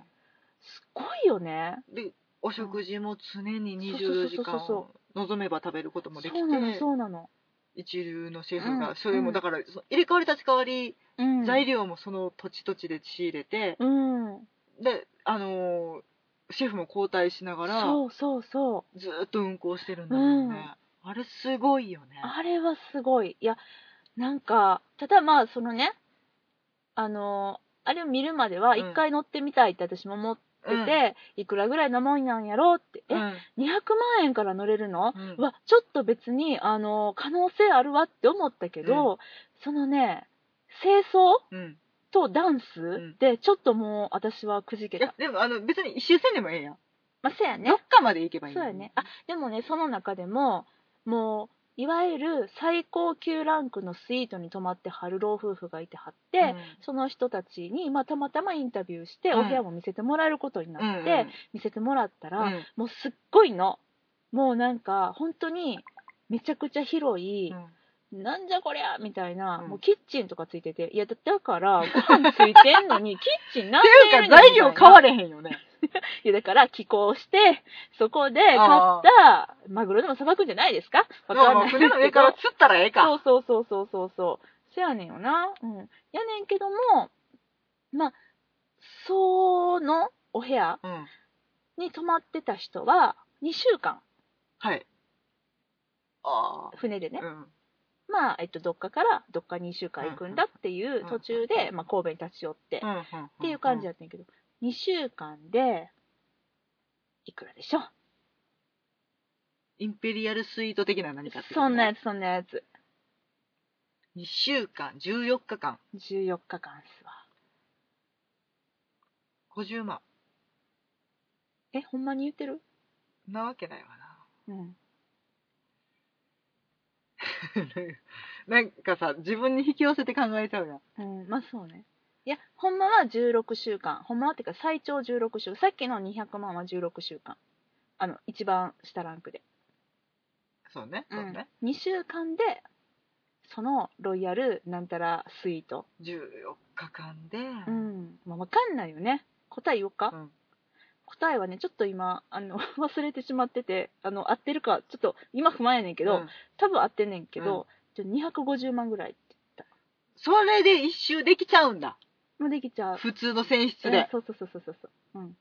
すごいよねでお食事も常にそうそう24時そう間そ望めば食べることもできてそうなのそうなの、一流のシェフが、うんそれうんもだから、その入れ替わり立ち替わり、うん、材料もその土地土地で仕入れて、うんであのーシェフも交代しながらそうそうそうずーっと運行してるんだもんね、あれすごいよねあれはすごいいやなんかただまあそのねあのあれを見るまではうん一回乗ってみたいって私も思っってて、いくらぐらいのもんなんやろうって、え、う200ん万円から乗れるの、うんうわ、ちょっと別に、あの、可能性あるわって思ったけど、そのね、清掃うんとダンスんで、ちょっともう私はくじけいやた。でもあの別に一周せんでもええやん、まあ、そうやねどっ。かまで行けばいいそうやね。あ、でもね、その中でも、もう、いわゆる最高級ランクのスイートに泊まってはる老夫婦がいてはって、うんその人たちに、まあ、たまたまインタビューして、うんお部屋も見せてもらえることになって、見せてもらったら、うんうんもうすっごいの。もうなんか、本当に、めちゃくちゃ広い、うんなんじゃこりゃみたいな、うんもうキッチンとかついてて、いや、だだから、ご飯ついてんの に、キッチンなんっでていいるうのか材料みたい買なわれへん よねいや、だから寄港して、そこで買ったマグロでもさばくんじゃないですかわかんもなうい船の上から釣ったらええかそうそうそうそうそうそう。せやねんよな。うん。やねんけども、まあ、そのお部屋うんに泊まってた人は、2週間、はいああ船でね、うんまあ、えっと、どっかからどっか2週間行くんだっていう途中で、まあ、神戸に立ち寄って、っっていう感じやったんやけど、2週間で、いくらでしょうインペリアルスイート的な何かってことそんなやつ、そんなやつ。 2週間14日間14日間っすわ。 50万え、ほんまに言ってるなわけないわ うん。ななんかさ自分に引き寄せて考えちゃうやんうん、まあそうね。いや、ほんまは16週間。ほんまはってか最長16週。さっきの200万は16週間。あの、一番下ランクで。そうねそうね、ん。2週間で、そのロイヤルなんたらスイート。 14日間で、うん。まあわかんないよね。答え言おうか、うん答えはね、ちょっと今、あの、 忘れてしまってて、あの、合ってるか、ちょっと今不満やねんけど、うん多分合ってんねんけど、じゃあ250万ぐらいって言っそれで一周できちゃうんだた。もうできちゃう。普通の選出うんで、そうそうそうそうそうそう。うん。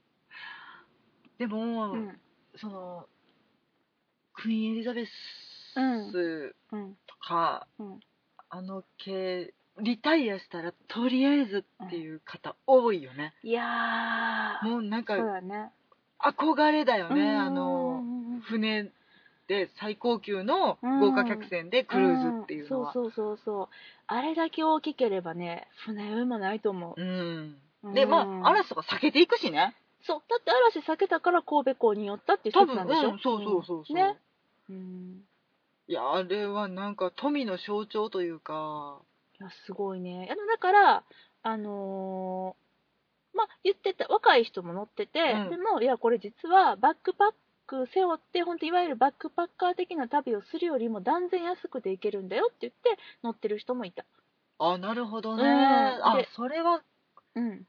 でも、うん。そのクイーン・エリザベスうん。とか、うんあの系リタイアしたらとりあえずっていう方多いよね、いやー。もうなんかそうだね。憧れだよね、うんあの船で最高級の豪華客船でクルーズっていうのは、そうそうそうそう。あれだけ大きければね、船酔いもないと思うんう。で、まうんあ、嵐とか避けていくしね。そう。だって嵐避けたから神戸港に寄ったっていう多説な分、うんんでしょ、そうそうそうそう。ね。うん。いや、あれはなんか富の象徴というか、いや、すごいね。あの、だから、あのーまあ、言ってた、若い人も乗ってて、うんでも、いや、これ実はバックパック背負って、本当いわゆるバックパッカー的な旅をするよりも断然安くで行けるんだよって言って乗ってる人もいた。あ、なるほどね。うんあで、それは、うん。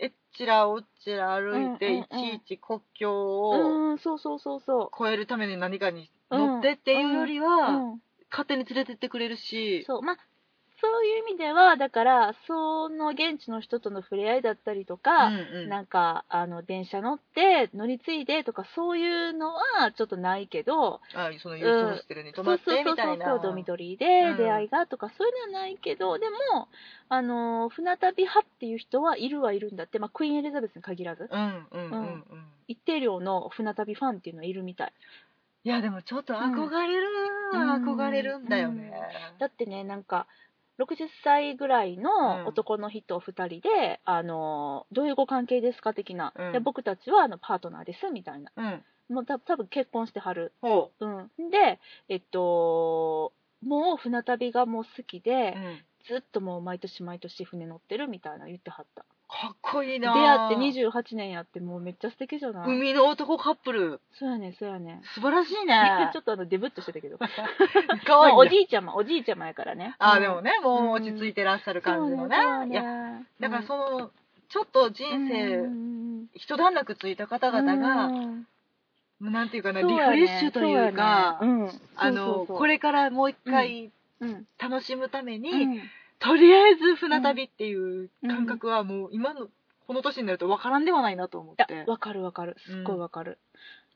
えっちらおっちら歩いて、うんいうんうんちいち国境をうん、そうそうそうそう。越えるために何かに乗ってっていうよりは、うん、勝手に連れてってくれるし、そうまあそういう意味ではだからその現地の人との触れ合いだったりとうんか、うんなんかあの電車乗って乗り継いでとかそういうのはちょっとないけどあそのユースホステルに泊まってそうそうみそたういそうな。ドミトリーでうん出会いがとか、そういうのはないけどでもあの船旅派っていう人はいるはいるんだって、まあ、クイーン・エリザベスに限らずうんうんうんうん。一定量の船旅ファンっていうのはいるみたい。いや、でもちょっと憧れる、うん憧れるんだよね。だってねなんか60歳ぐらいの男の人2人で、あのどういうご関係ですか的な、うんで僕たちはあのパートナーですみたいなうん。もうた多分結婚してはる、ほうん、でえっともう船旅がもう好きう。でう、んずっともう毎年毎年船乗ってるみたいな言ってはったかっこいい出な会って28年やってもうめっちゃ素敵じゃない、海の男カップル。そうやねそうやね素晴らしいね。ちょっとあのデブっとしてたけ どかわいい、まあおね。じいちゃまおじいちゃまやからねあうーんでもね、もう落ち着いてらっしゃる感じのね。いや、だからその、ちょっと人う生、ん一段落ついた方々が、もうんうなんていうかな、そリうフやねレッシュというか、そうやねうんあの、これ、れからもう一回うん楽しむために、うんとりあえず船旅っていう感覚はもう今の、この年になるとわからんではないなと思っいやて。わかるわかるすっごいわかる、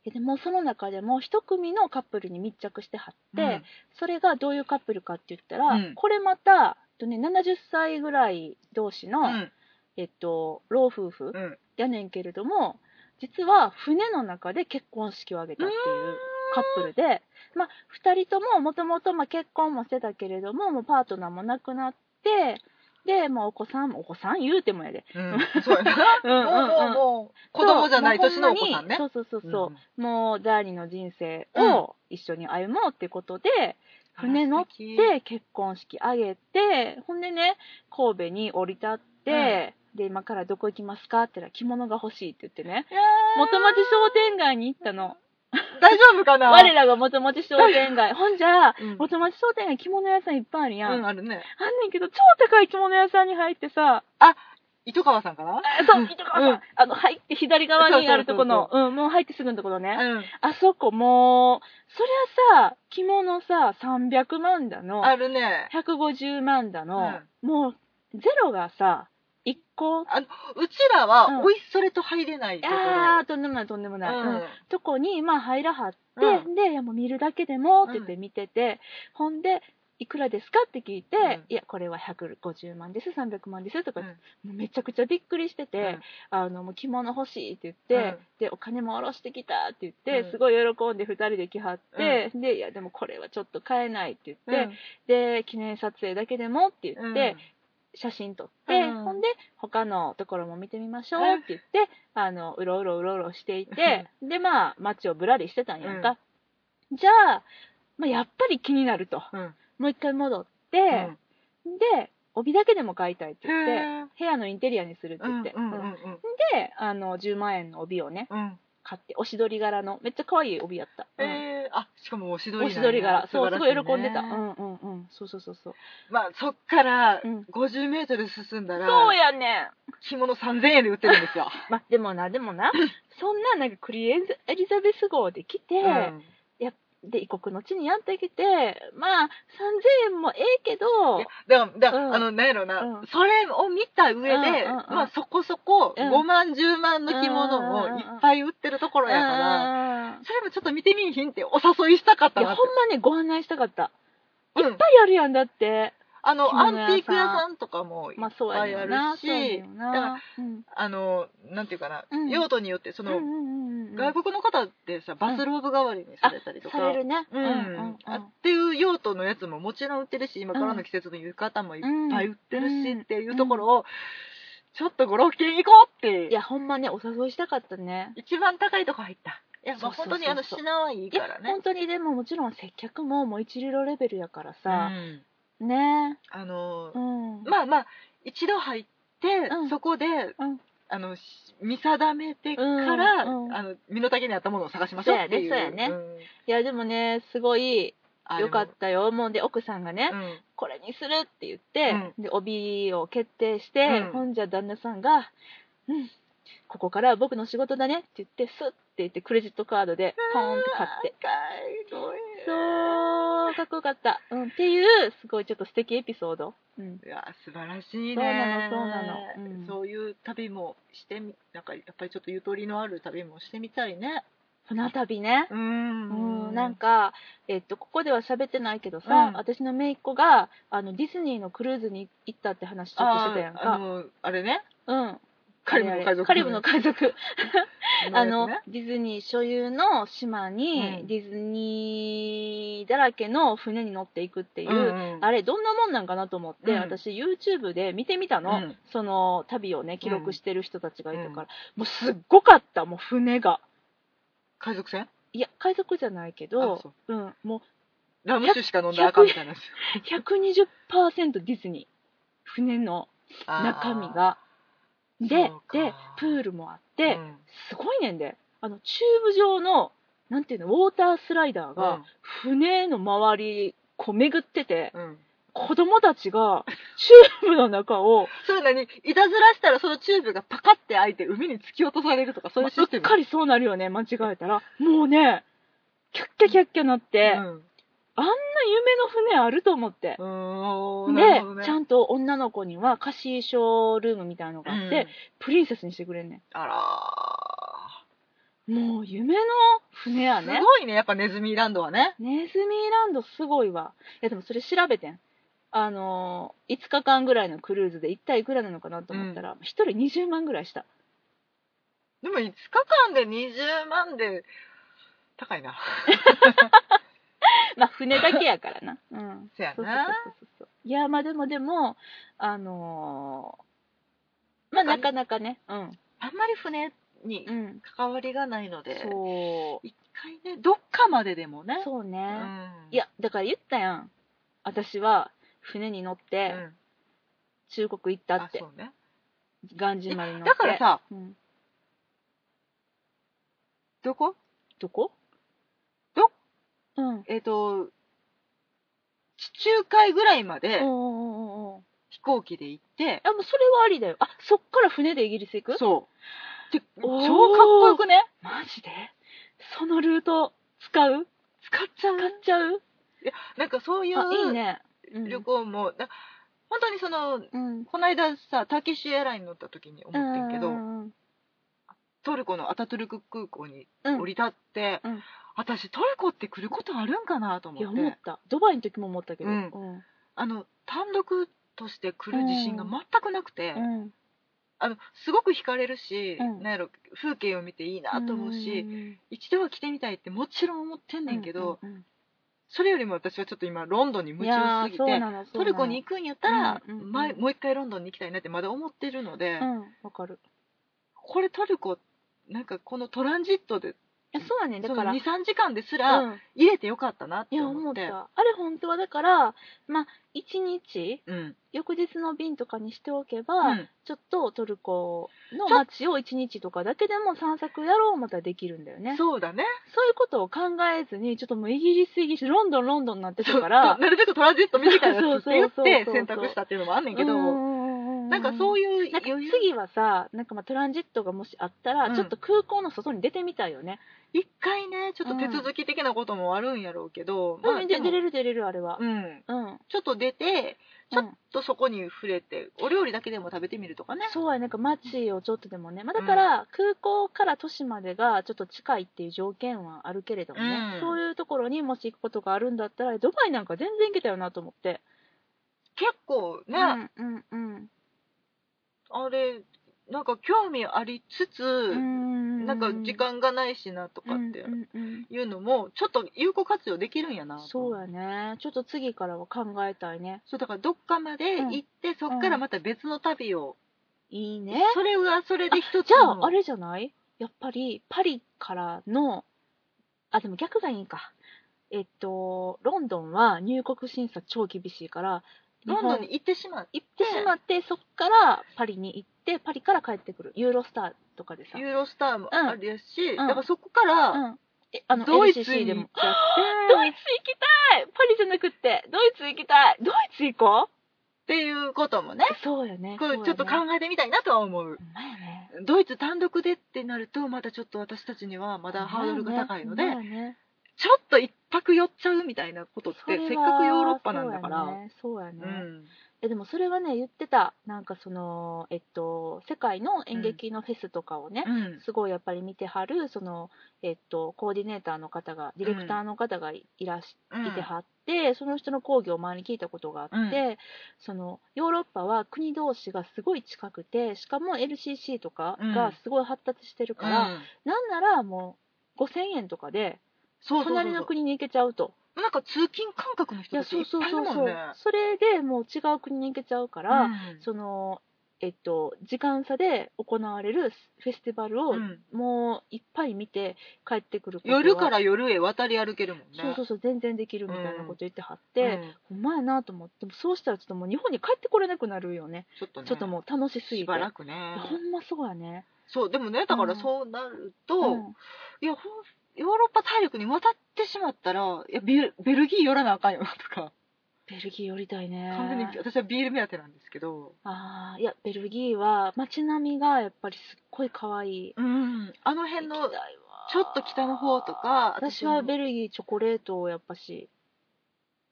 いやでもその中でも一組のカップルに密着してはって、うんそれがどういうカップルかって言ったら、うんこれまた、えっとね、70歳ぐらい同士の、うん。えっと、老夫婦うん。やねんけれども実は船の中で結婚式を挙げたっていうカップルで、まあ、2人とももともと結婚もしてたけれどももうパートナーも亡くなってで、まあ、お子さんもお子さん言うてもやで。うん、そうやな。うんうんうんもうもうもう、子供じゃないそう年のお子さんねも。うほまにそうそうそうそうう、んもう第二の人生を一緒に歩もうってことで、船乗っ素敵で結婚式挙げてほんでね神戸に降り立って、で今からどこ行きますかって言ったら着物が欲しいって言ってね元町商店街に行ったの大丈夫かな我らが元町商店 街ほんじゃうん元町商店街着物屋さんいっぱいあるやん、うあんん、あるね。ねんけど超高い着物屋さんに入ってさ糸川さんかなあそううん糸川さん、うんあの入って左側にあるとこのそううんもう入ってすぐのところね、うん。あそこもうそりゃさ着物さ300万だのあるね。 150万だの、もうゼロがさ1個あの、うちらうんは、おいそれと入れないところ。あーとんでもないとんでもない、うんとこにまあ入らはって、うでいやもう見るだけでもって言って見てて、ほんでいくらですかって聞いて、うんいやこれは150万です300万ですとか、うんもうめちゃくちゃびっくりしてて、うんあのもう着物欲しいって言って、うんでお金も下ろしてきたって言って、うんすごい喜んで2人で来はって、でいやでもこれはちょっと買えないって言っうんて、で記念撮影だけでもって言って、うん写真撮って、うんほんで他のところも見てみましょうって言って、あのうろうろうろうろしていて、でまあ街をぶらりしてたんやんか、じゃあ、まあ、やっぱり気になるとうん。もう一回戻っうてん、で帯だけでも買いたいってへ言って、ー部屋のインテリアにするってう言んって、うんううんんであの10万円の帯をねうん。買っておしどり柄のめっちゃ可愛い帯やった、うんえー、あ、しかもおしおどりなんやしどり柄そうす素ご晴いらしね喜んでた、うんうんうんそうそうそうそうまあ、そっからうん50メートル進んだら、そうやねん着物3000円で売って るんですよ。まあでもなでもなそんななんかクリエンズエリザベス号で来て、うんで異国の地にやってきてまあ3000円もええけどいやだから、だからうんあの、なんやろな、うんそれを見た上で、うんうんうんまあそこそこうん5万、10万の着物をいっぱい売ってるところやから、うんそれもちょっと見てみいひんってお誘いしたかっいたやなほんって。まねご案内したかったいっうんぱいあるやんだって、あ着の、アン物屋さんティーク屋さんとかもいっまあそうやぱねいあんるなそうやねし、んだかなうんあの、なんていうかな、うん用途によって、そうんの、うんうんうん外国の方ってさ、バスローブ代わりにされたりとか、されるねうんあっていう用途のやつももちろん売ってるし今からの季節の浴衣もいっぱい売ってるし、うんっていうところをちょっと56軒行こうっていやほんまねお誘いしたかったね一番高いとこ入ったいやまあそうそうそうそう本当にあの品はいいいやからね本当にでももちろん接客ももう一流レベルやからうさ、んねあのうんまあまあ一度入って、うんそこで、んあのし見定めてから、うんうんあの身の丈に合ったものを探しましょうっていうそうやねそうやねんいやでもねすごいあ良かったよもうで奥さんがね、でもうんこれにするって言って、で帯を決定して、うんほんじゃ旦那さんが「うんここからは僕の仕事だね」って言ってスッって言ってクレジットカードでポーンって買って高いごめんそうかっこよかった、うん、っていうすごいちょっと素敵エピソード、うん、いや素晴らしいねそうなのそうなのうんそういう旅もしてみなんかやっぱりちょっとゆとりのある旅もしてみたいね船旅ねんうんなんか、えっと、ここでは喋ってないけどさ、うん私の姪っ子があのディズニーのクルーズに行ったって話ちょっとしてたやんあか、あのあれねうん、カリブの海あれあれ賊カリブの海賊あの、やつねディズニー所有の島に、うんディズニーだらけの船に乗っていくっていう、うんうんあれどんなもんなんかなと思って、うん私 YouTube で見てみたの、うんその旅をね記録してる人たちがいたから、もうすっごかったもう船が海賊船いや海賊じゃないけあど、そうん、もラム酒しか飲んだらあかんみたいなやつう120%ディズニー船の中身がでそうかでプールもあっあて、ーうんすごいねんであのチューブ状のなんていうのウォータースライダーが船の周りこう巡っててうんうん子供たち がチューブの中をそうなにいたずらしたらそのチューブがパカって開いて海に突き落とされるとかそういうまシうスっテムかりそうなるよね間違えたらもうねキャッキャキャッキャなって、うあんなん夢の船あると思ってう、ーんなるほどでねちゃんと女の子には貸し衣装ルームみたいなのがあって、うんプリンセスにしてくれんねあらーんもう夢の船やねすごいね、やっぱネズミランドはね。ネズミランドすごいわ。いやでもそれ調べてん。あのー、5日間ぐらいのクルーズで一体いくらなのかなと思ったら、一人20万ぐらいした。でも5日間で20万で高いな。まあ、船だけやからな。うん。そうやそうそうな。そうそうそう。いや、まあでもでも、あのーまあなかなかね、うん。あんまり船にうん。関わりがないので、そ一回ね、どっかまででもねう。。そうね。うんい、や、だから言ったやん。私は、船に乗っうて、ん、中国行ったあって、そうね。ガンジマに乗って。だから、さ、うん、どこどこどうん。えっ、と、地中海ぐらいまでおうおうおうおう飛行機で行って、あ、もうそれはありだよ。あ、そっから船でイギリス行くそう。で、超かっおーこよくねマジでそのルート使う使っちゃう使っちゃうなんかそういあ、いいうね。うん旅行も、な本当にその、うん。この間さ、ターキッシュエアライン乗った時に思ってんけど、うんうんトルコのアタトゥルク空港にうん、降り立って、うん私トルコって来ることあるんかなといや思っ思てったドバイの時も思ったけど、うんうんあの単独として来る自信が全くなくて、うんあのすごく惹かれるし、うんなんやろ風景を見ていいなと思うし、ん一度は来てみたいってもちろん思ってんねんけど、うんうんそれよりも私はちょっと今ロンドンにうん夢いや中ーすぎそうてなのそうなのトルコに行くんやったら、うんうんうん前もう一回ロンドンに行きたいなってまだ思ってるので、うんわかるこれトルコなんかこのトランジットでいやそうだねだからその23時間ですら、うん入れてよかったなっいてや思思っ。ってたあれ本当はだからまあ1日うん、翌日の便とかにしておけば、うんちょっとトルコの街を1日とかだけでも散策やろう思ったらできるんだよねそうだね。そういうことを考えずにちょっともうイギリスイギリスロンドンロンドンになってたかそうらなるべくトランジット短いやつって言っそうそうそうてそう選択したっていうのもあんねんけど、ななんかそういうなんか余裕、次はさ、なんかまあトランジットがもしあったら、うんちょっと空港の外に出てみたいよね。一回ね、ちょっと手続き的なこともあるんやろうけど、うんまあででも出れる出れる、あれは。うん。うん。ちょっと出て、ちょうんっとそこに触れて、お料理だけでも食べてみるとかね。そうや、なんか街をちょっとでもね、まあ、だから空港から都市までがちょっと近いっていう条件はあるけれどもね、うんそういうところにもし行くことがあるんだったら、ドバイなんか全然行けたよなと思って。結構ね、うんうんあれ、なんか興味ありつつ、うん。なんか時間がないしなとうかっんてうんうんいうのも、ちょっと有効活用できるんやなと思って。そうやね。ちょっと次からは考えたいね。そうだからどっかまで行って、そっからまた別の旅を、いいね。それはそれで一つじゃのあ、あれじゃないやっぱり、パリからの、あ、でも逆がいいか。えっと、ロンドンは入国審査超厳しいから、ロンドン日本に行ってしまう行ってしまって、そっからパリに行って、パリから帰ってくる。ユーロスターとかでさ。ユーロスターもあれやし、んだからそこから、うん。え、あの、ドイツ LCC でに行っも。ちゃっドイツ行きたいパリじゃなくって、ドイツ行きたいドイツ行こてっていうこともねう そうやね。これちょっと考そうやねえてみたいなとは思うほんまやね。ドイツ単独でってなるとまだちょっと私たちにはまだハードルが高いので、ほんまやねちょっと一泊寄っちゃうみたいなことってそれはせっかくヨーロッパなんだからう,、そうやね。そうやねんえでもそれはね言ってたなんかそのえっと世界の演劇のフェスとかをね、うんすごいやっぱり見てはるそのえっとコーディネーターの方がディレクターの方がいいらし、うんいてはってその人の講義を前に聞いたことがあって、うんそのヨーロッパは国同士がすごい近くてしかも LCC とかがすごい発達してるから、うんなんならもう5000円とかでそうそうそう隣の国に行けちゃうと。なんか通勤感覚のい人やたちいそうっそうぱいいそうそるもんう、ねそれでもう違う国に行けちゃうから、うんそのえっと時間差で行われるフェスティバルをうんもういっぱい見て帰ってくることは夜から夜へ渡り歩けるもんね。そうそうそう全然できるみたいなこと言ってはって、うんほんまやなと思ってでもそうしたらちょっともう日本に帰ってこれなくなるよねちょっとね、ちょっともう楽しすぎてしばらくねいや。ほんまそうやねそう、でもね、だかうらんそうなると、うんいや、ほんヨーロッパ大陸に渡ってしまったら、いや、ベルベルギー寄らなあかんよなとか、ベルギー寄りたいね完全に私はビール目当てなんですけど、ああいやベルギーは街並みがやっぱりすっごい可愛いうん、あの辺行のきたいわちょっと北の方とか私私はもベルギーチョコレートをやっぱし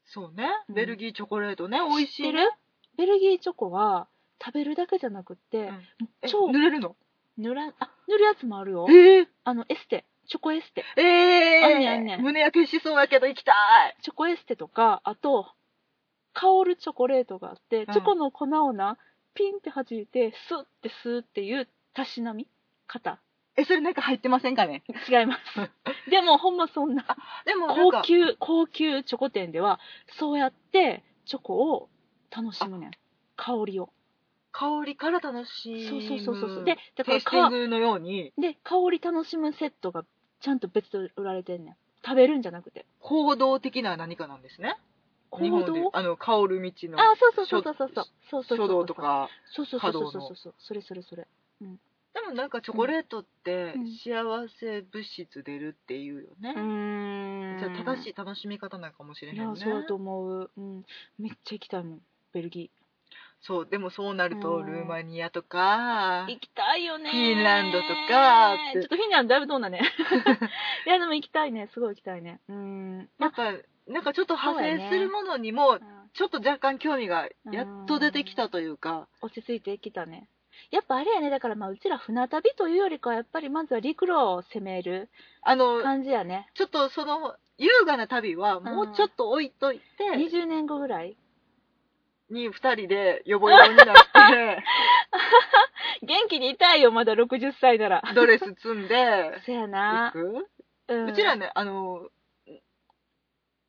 そうねうん、ベルギーチョコレートね、美味しい、知ってね。るベルギーチョコは食べるだけじゃなくって、んえ超塗れるの塗らあ塗るやつもあるよえー、あのエステチョコエステえー、あんねんあんねん胸焼けしそうやけど行きたい。チョコエステとかあと香るチョコレートがあってうんチョコの粉をなピンって弾いてスッて吸うっていうたしなみ方え、それなんか入ってませんかね違い ます。でも、ほんまそんな。でもなん高か、級、高級チョコ店では、そうやってチョコを楽しむねん。香りを。香りから楽しい。そうそうそうそう。で、だかテイらスティンか、グのように、で、香り楽しむセットがちゃんと別で売られてんねん。食べるんじゃなくて。行動的な何かなんですね。行日本で動あの、香る道のあ、そうそうそうそうそうそう。そうそうそうそう。書道と。か。そうそうそうそう華道そうのそう。それそれそれ。でもなんかチョコレートってうん幸せ物質出るっていうようね。ーん。じゃあ正しい楽しみ方なのかもしれいへんねや、。そうだと思う。うん。めっちゃ行きたいもん。ベルギそう、でもそうなるとうんルーマニアとかー。、行きたいよねー。フィンランドとかっちてょっとフィンランドだいぶどう だね。いや、でも行きたいね。すごい行きたいね。うーん。やっぱ、なんかちょっと派そうや生ねするものにも、うんちょっと若干興味がやっと出てきたというか、落ち着いてきたね。やっぱあれやね、だからまあうちら船旅というよりかはやっぱりまずは陸路を攻めるあの、感じやね。ちょっとその、優雅な旅はもうちょっと置いといて、 20年後ぐらいに二人でヨボヨボに なって、元気にいたいよ、まだ60歳なら。ドレス積んで、そや行な。くうんうちらね、あの、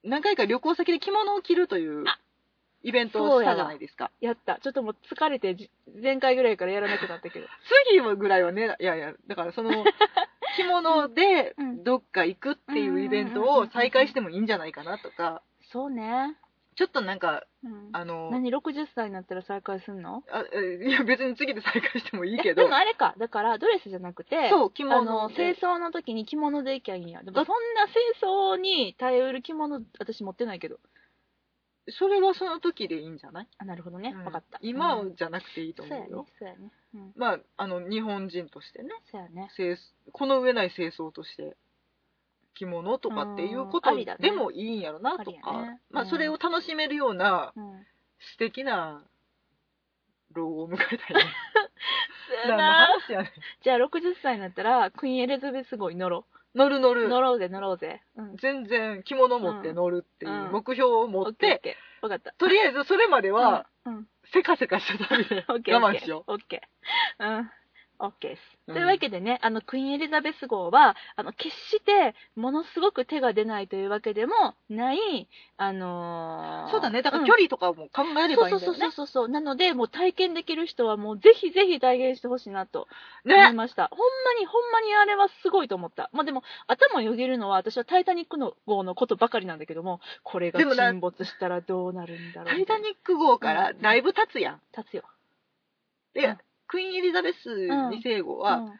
何回か旅行先で着物を着るというイベントをしたじゃないですか。やった。ちょっともう疲れてじ、前回ぐらいからやらなくなったけど。次はぐらいはね、いやいや、だからその、 着物でうんどっか行くっていうイベントを再開してもいいんじゃないかなとか、そうね。ちょっとなんか、うん、あの、何、60歳になったら再開すんのあえいや別に次で再開してもいいえけどでも、あれか。だからドレスじゃなくて、そう、着あ物の、で清掃の時に着物でいきゃいいんや。でもだそんな清掃に耐えうる着物、私持ってないけど。それはその時でいいんじゃない、あ、なるほどね。うわん、かった。今うんじゃなくていいとそうや思ねうよ。、そうやね。うん、まあ、あの、日本人としてね、そうやね。清この上ない清掃として、着物とかっていうこうとんありだねでもいいんやろなとありか、やねまあ、それを楽しめるようなうん。素敵な老後を迎 えたいね。そうや何のな話やねんじゃあ60歳になったら、クイーンエリザベス号に乗ろ乗る乗う。る。乗ろうぜ、乗ろうぜ。うん。全然着物持って乗るっていううん目標を持オッっケーオッて、ケー。わかった。とりあえずそれまでは、うん、うん。せかせかした旅 でオッケー我慢しよう。オッケー。うん。オッケーです。うんというわけでね、あの、クイーンエリザベス号は、あの、決して、ものすごく手が出ないというわけでもない、あのう。ーそうだね。だからん距離とかも考えればいそういんだそうそうよね。そうそう。なので、もう体験できる人はもうぜひぜひ体験してほしいなと思いね。ました。ほんまにほんまにあれはすごいと思った。まあでも、頭よぎるのは私はタイタニックの号のことばかりなんだけども、これがでもな沈没したらどうなるんだろう。タイタニック号からだいぶ経つやん。立つよ。で、うんクイーンエリザベス2世号うはん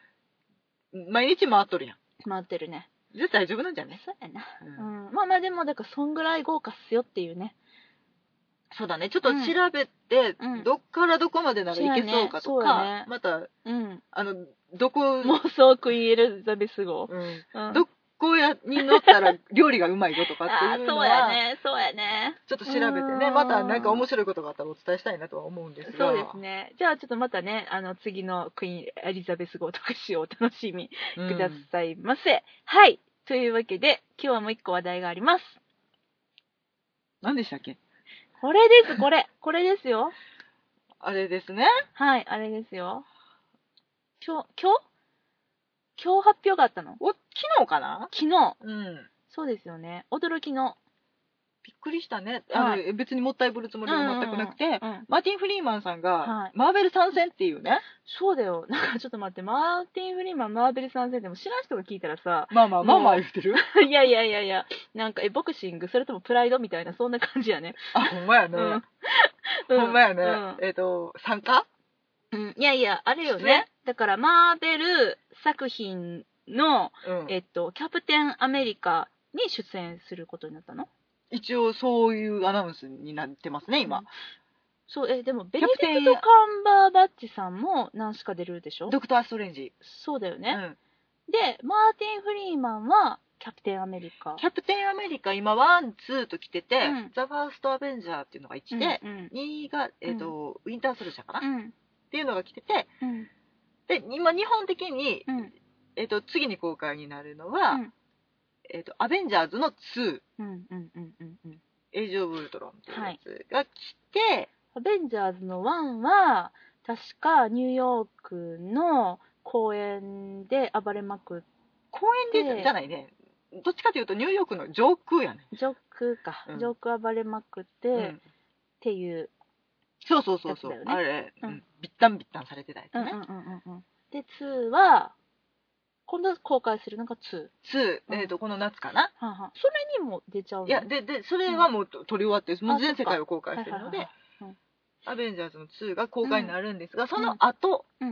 毎日回っとるやん。回ってるね。じゃあ大丈夫なんじゃね、そうやな。ううんん、まあまあでもだからそんぐらい豪華っすよっていうねそうだね。ちょっと調べて、うんどっからどこまでならいけそうかとそうやねそうやか、ねまた、うんあの、どこ、妄想クイーンエリザベス号、うん、うんどこやに乗ったら料理がうまいぞとかあっあーていうそのうやは、ねそうやねちょっと調べてうね、んまたなんか面白いことがあったらお伝えしたいなとは思うんですが。そうですねじゃあちょっとまたねあの次のクイーンエリザベス号特集をお楽しみうんくださいませ、はいというわけで今日はもう一個話題があります何でしたっけこれですこれこれですよあれですね。はいあれですよ今日今日今日発表があったのお、昨日かな昨日うん。そうですよね驚きのびっくりしたね。あの、はい別にもったいぶるつもりは全くなくて、うんうんマーティン・フリーマンさんが、はいマーベル参戦っていうね。そうだよ。 なんかちょっと待って、マーティン・フリーマン、マーベル参戦でも知らん人が聞いたら さ、まあまあまあまあもう言ってる。いやいやいやいや、なんかえ、ボクシング、それともプライドみたいな、そんな感じやね。あ、ほんま やね。うんほんまやね。うんえっ、と、参加うん、いやいや、あれよね。ねだから、マーベル作品の、うんえっと、キャプテン・アメリカに出演することになったの一応そういうアナウンスになってますね、う今。んそう、え、でも、ベネャデプテンィクト・カンバーバッチさんも何しか出るでしょドクター・ストレンジ。そうだようね。んで、マーティン・フリーマンは、キャプテン・アメリカ。キャプテン・アメリカ、今、ワン、ツーと来てて、うんザ・ファースト・アベンジャーっていうのが1で、うんうん2が、えっ、と、ウィンター・ソルジャーかな、うっんていうのが来てて、うんで、今、日本的に、うんえっと次に公開になるのは、うんえっとアベンジャーズの2うんうんうんうんうんエイジ・オブ・ウルトロンっていうやつが来て、アベンジャーズの1は、確かニューヨークの公園で暴れまくっ公園ででじゃないねどっちかというとニューヨークの上空やね、上空か、うん上空暴れまくって、うっんていう、そうそうそうそう、やつだあよれ、うんうんビッタンビッタンされてたやつね、で2は今度公開するのが2、 2、えー、とこの夏かな、はんはんそれにも出ちゃうのいやででそれはもうと撮り終わってもう全世界を公開してるので、はいアベンジャーズの2が公開になるんですが、その後うに、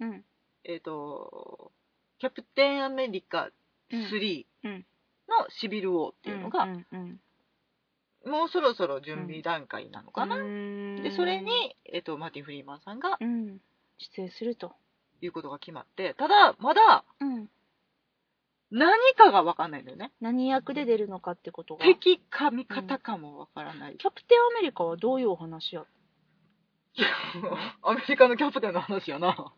んうんえっ、と、キャプテンアメリカ3うんのシビルウォーっていうのが、んうんもうそろそろ準備段階なのかな。うんで、それに、えっ、と、マーティン・フリーマンさんがうん出演すると、言うことが決まって、ただ、まだうん、何かがわかんないんだよね。何役で出るのかってことがキャプ敵か味方かもわからない。テンアメリカはどういうお話や アメリカのキャプテンの話やな。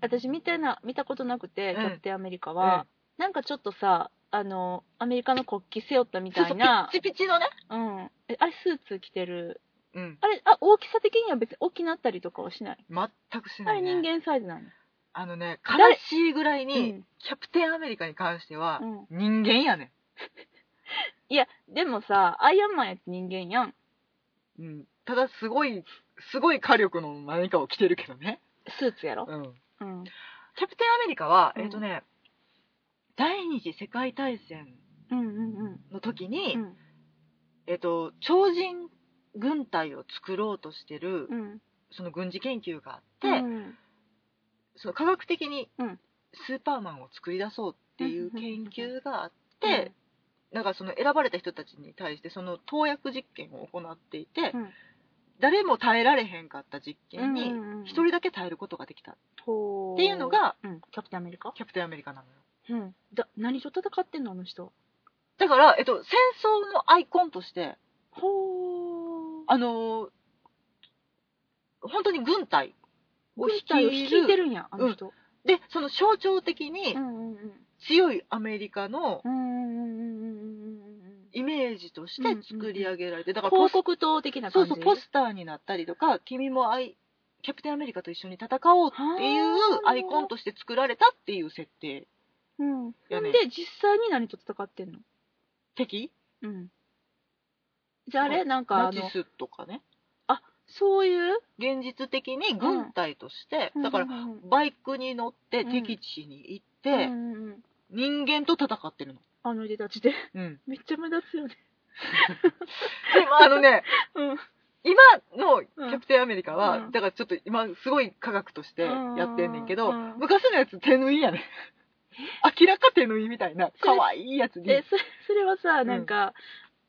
私見てな見たことなくて、うんキャプテンアメリカは、なんかちょっとさあのアメリカの国旗背負ったみたいなそうそうピッチピチのね。うん、えあれスーツ着てるうん。あれあ大きさ的には別に大きなったりとかはしない全くしあなれい、ね。人間サイズなのあのね、悲誰しいぐらいうにん、キャプテンアメリカに関しては、う人間やねいやでもさアイアンマンやって人間やんん。うん。ただ、すごい、すごい火力の何かを着てるけどね。スーツやろ、うん。うん、キャプテンアメリカは、うんえっ、とね、第二次世界大戦うんうんうんの時に、うんえっ、と、超人軍隊を作ろうとしてる、うんその軍事研究があって、うんその科学的にうんスーパーマンを作り出そうっていう研究があって、うんなんかその選ばれた人たちに対してその投薬実験を行っていて、うん誰も耐えられへんかった実験にうんうんうん一人だけ耐えることができたっほていうのがうん、キャプテンアメリカ、キャプテンアメリカなのようん、だ何と戦ってんのあの人だから、えっと、戦争のアイコンとしてほあのー本当に軍隊を軍率隊をい率いるてるんやあの人、でその象徴的にんうんうん強いアメリカのうんうんうんうんうんうんイメージとして作り上げられて、だからポ広ス告塔的なそ感うじそう、ポスターになったりとか、君もアイキャプテンアメリカと一緒に戦おうっていうはあアイコンとして作られたっていう設定。うん、やねで実際に何と戦ってんの敵うんじゃああれなんかナあチのスとかね。そういう現実的に軍隊として、だからう、んうんバイクに乗ってうん敵地に行っうんて、うんうん人間と戦ってるの。あの出たちで うん。めっちゃ目立つよねでもあのね、うん今のキャプテンアメリカは、うんだからちょっと今すごい科学としてやってんねんけど、うんうん昔のやつ手縫いやねん。明らか手縫いみたいな、可愛いやつにえ。それそれはさんなんか、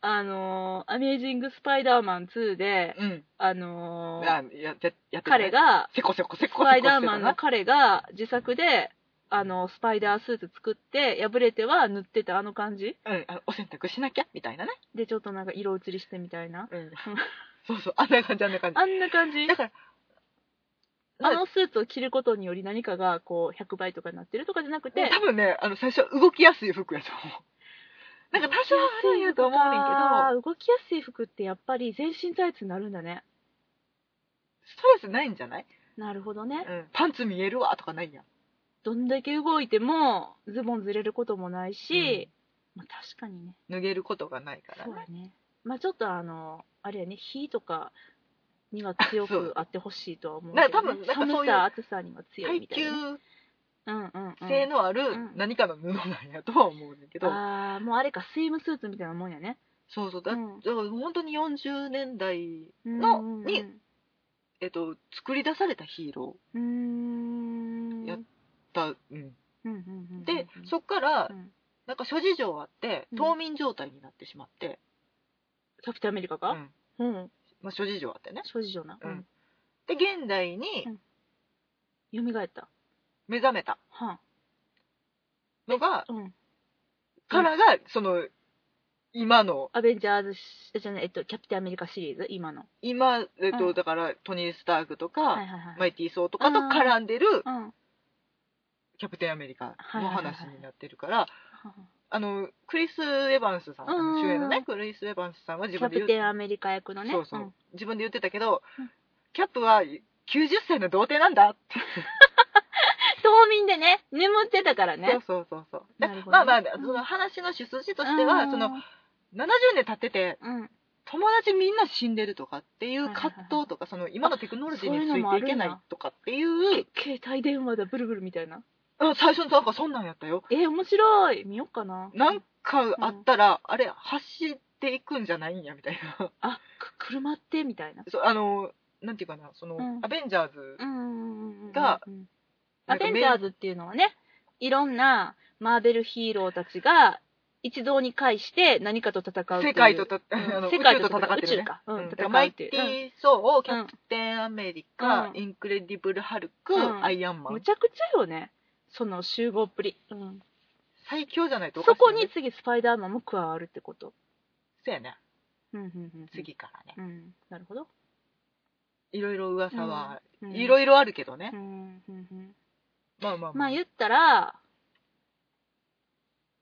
あのーアメージング・スパイダーマン2」で、うん。あのーあやってやってたね彼がせこせこスせこせこパしてイダーたマンのな。彼が自作で、あのスパイダースーツ作って破れては塗ってたあの感じうん、あのお洗濯しなきゃみたいなね。でちょっとなんか色移りしてみたいな うん。そうそう、あんな感じ、あんな感じ。あんな感じだから、あのスーツを着ることにより何かがこう100倍とかになってるとかじゃなくて多分ね、あの、最初、動きやすい服やと 思う。なんか、多少はあるんやと思うねんけど、あー動きやすい服ってやっぱり全身タイツになるんだねストレスないんじゃないなるほどねうん。パンツ見えるわとかないやん。どんだけ動いてもズボンずれることもないし、まあ、確かにね脱げることがないからそうね。だねまあちょっとあのあれやね火とかには強あそくうあってほしいとは思うけど、ね、な多分なんかそう寒いうさ暑さには強い耐みたいなね、久うんうんうん、性のあるうん何かの布なんやとは思うねんけど、ああもうあれかスイムスーツみたいなもんやねそうそうだ、うんだから本当に40年代、ののにえっと、作り出されたヒーロうーんやっーだ、うん、うんうんうんうんで、そっからうんなんか諸事情あってうん冬眠状態になってしまって、キャプテンアメリカうかんうんまあ、諸事情あってね諸事情なううんんで現代にうん蘇った目覚めたはのが、あうんからがその今のアベンジャーズしじゃないえっとキャプテンアメリカシリーズ今の今、えっとうんだからトニー・スタークとか、はいはいはいマイティー・ソーとかと絡んでるうんはキャプテン・アメリカはいのはいはい話になってるから、ああのクリス・エヴァンスさん、あのうん主演のねクリス・エヴァンスさんはキ自ャ分でプ言テンアメリカ役のねそうそううん自分で言ってたけど、うんキャップは90歳の童貞なんだって。冬眠でね、眠ってたからね。 そうそうそうそう。なるほどねまあまあ、その話の主筋としては、うんその、70年経ってて、うん。友達みんな死んでるとかっていう葛藤とか、その今のテクノロジーについていけないとかっていう、携帯電話だ、ブルブルみたいな。うん最初なんかそんなんやったよ。えー、面白い。見よっかな。なんかあったら、あれ、走っていくんじゃないんや、みたいな。 あ、く車って、みたいな。そうあの、なんていうかな、その、うんアベンジャーズ、うんうんうんうん。がうん、なアんかベめンジャーズっていうのはね、いろんなマーベルヒーローたちが一堂に会して何かと戦うっていう。世界とた、あうんの世界と宇宙と戦ってる、ね。宇宙か。う、うんんだから戦マうっイていテう。うんィー・ソー、キうんャプテン・アメリカ、うんインクレディブル・ハルク、うんアイアンマンむ。ちゃくちゃよね。その集合っぷり。うん。最強じゃないとおそかしいよこね、に次スパイダーマンも加わるってこと。そうやね。うんうんうん。。次からね。うん。なるほど。いろいろ噂は、いいろいろあるけどねう。んうんうん。まあまあままああ。言ったら、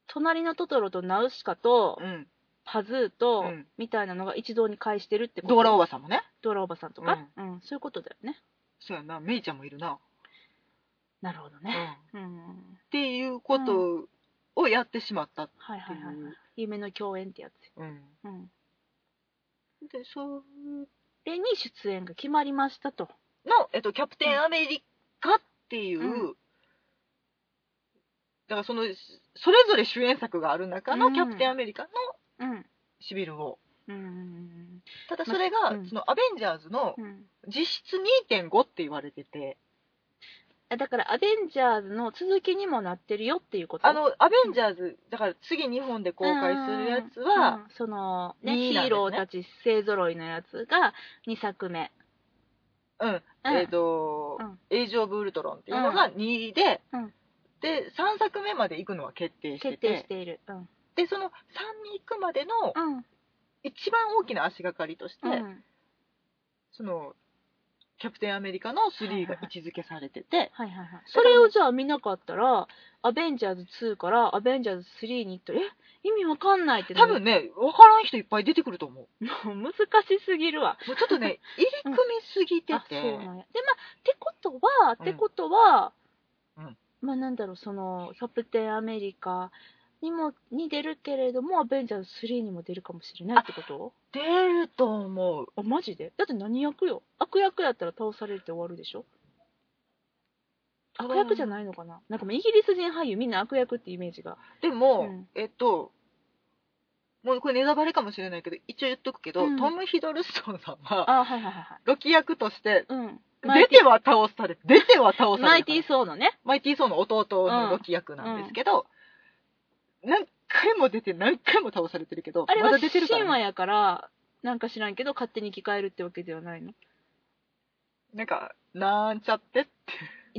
隣のトトロとナウシカとうん。パズーとうんみたいなのが一堂に会してるってこと。ドーラおばさんもね。ドラおばさんとか、うんそういうことだよね。そうやな。メイちゃんもいるな。なるほどうん。っね。うん。ていうことをやってしまった。はいはいはい、うはいん。夢の共演ってやつ。うん。うん。で、そでに出演が決まりましたと。の、えっと、キャプテンアメリカっていう、うだからその、それぞれ主演作がある中うのんキャプテンアメリカのうん。シビルを。うん。ただそれが、まうんそのアベンジャーズのうん。実質2.5って言われてて、あだから、アベンジャーズの続きにもなってるよっていうこと。あの、アベンジャーズ、だから次日本で公開するやつうんは、、その、ね、二位ヒなんーですねローたち勢ぞろいのやつが2作目。うん、うんえっ、と、うんエイジ・オブ・ウルトロンっていうのが2位で、うんで、3作目まで行くのは決定してて決、定している。うん。で、その3に行くまでのうん。一番大きな足がかりとして、うん。その、キャプテンアメリカの3が位置づけされてて、はいはいはい。それをじゃあ見なかったら、アベンジャーズ2からアベンジャーズ3に行ったら、え意味わかんないってな多る分ね、わからん人いっぱい出てくると思う。ももう難しすぎるわ。うちょっとね、入り組みすぎてあて、そうなんや。で、まあ、ってことは、ってことは、うんまあなんだろう、その、キャプテンアメリカにも、に出るけれども、アベンジャーズ3にも出るかもしれないってこと出ると思う。あ、マジでだって何役よ悪役やったら倒されて終わるでしょ悪役じゃないのかななんかもうイギリス人俳優みんな悪役ってイメージが。でも、うんえっと、もうこれネタバレかもしれないけど、一応言っとくけど、うんトム・ヒドルストンさんは、あ、はいはいはいはい。ロキ役として、うん。マイ出テては倒され、出ては倒ィされるから。マイティーソーのね。マイティーソーの弟のロキ役なんですけど、何回も出て、何回も倒されてるけど、あれまはだ出てるか神らね、話やから、なんか知らんけど、勝手に生き返るってわけではないの。なんか、なんちゃってって、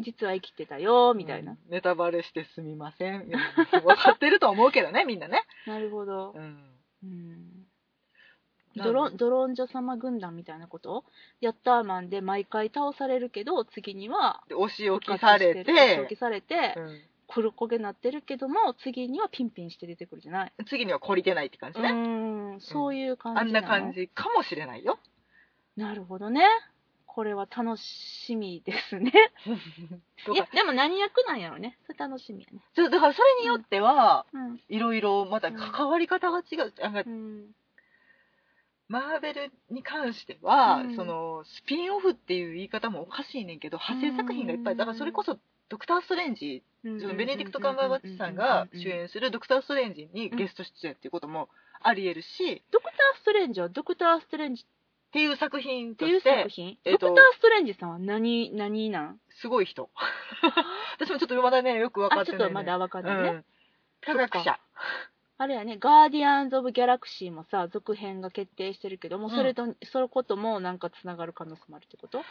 実は生きてたよ、みたいな。うんネタバレしてすみません。いや分かってると思うけどね、みんなね。なるほど。うん。うん。なんドでロンドロンジョ様軍団みたいなことヤッターマンで毎回倒されるけど、次には、で、お仕置きされて、置きされて、うんコルコゲなってるけども、次にはピンピンして出てくるじゃない。次には懲りてないって感じうね。ーん、そういう感じあんのな感。じかもしれないよ。なるほどね。これは楽しみですね。といやか、でも何役なんやろね。それ楽しみやね。そうだからそれによっては、うん。いろいろまた関わり方が違う。なんかうん。マーベルに関しては、うんそのスピンオフっていう言い方もおかしいねんけど、派生作品がいっぱうい、んだからそれこそドクター・ストレンジ、そのベネディクト・カンバーバッチさんがう主ん。演するドクター・ストレンジにゲスト出演っていうこともありえるし、っドクター・ストレンジはドクター・ストレンジってていう作品というし作て、品、えっとドクター・ストレンジさんは何、何なんすごい人。 私もちょっとまだね、よく分かあ、ってちょなっい、とね。まだわかんないね。うん科学そっ者。あれやね、ガーディアンズ・オブ・ギャラクシーもさ、続編が決定してるけども、それと、そのこともなんかつながる可能性もあるってこと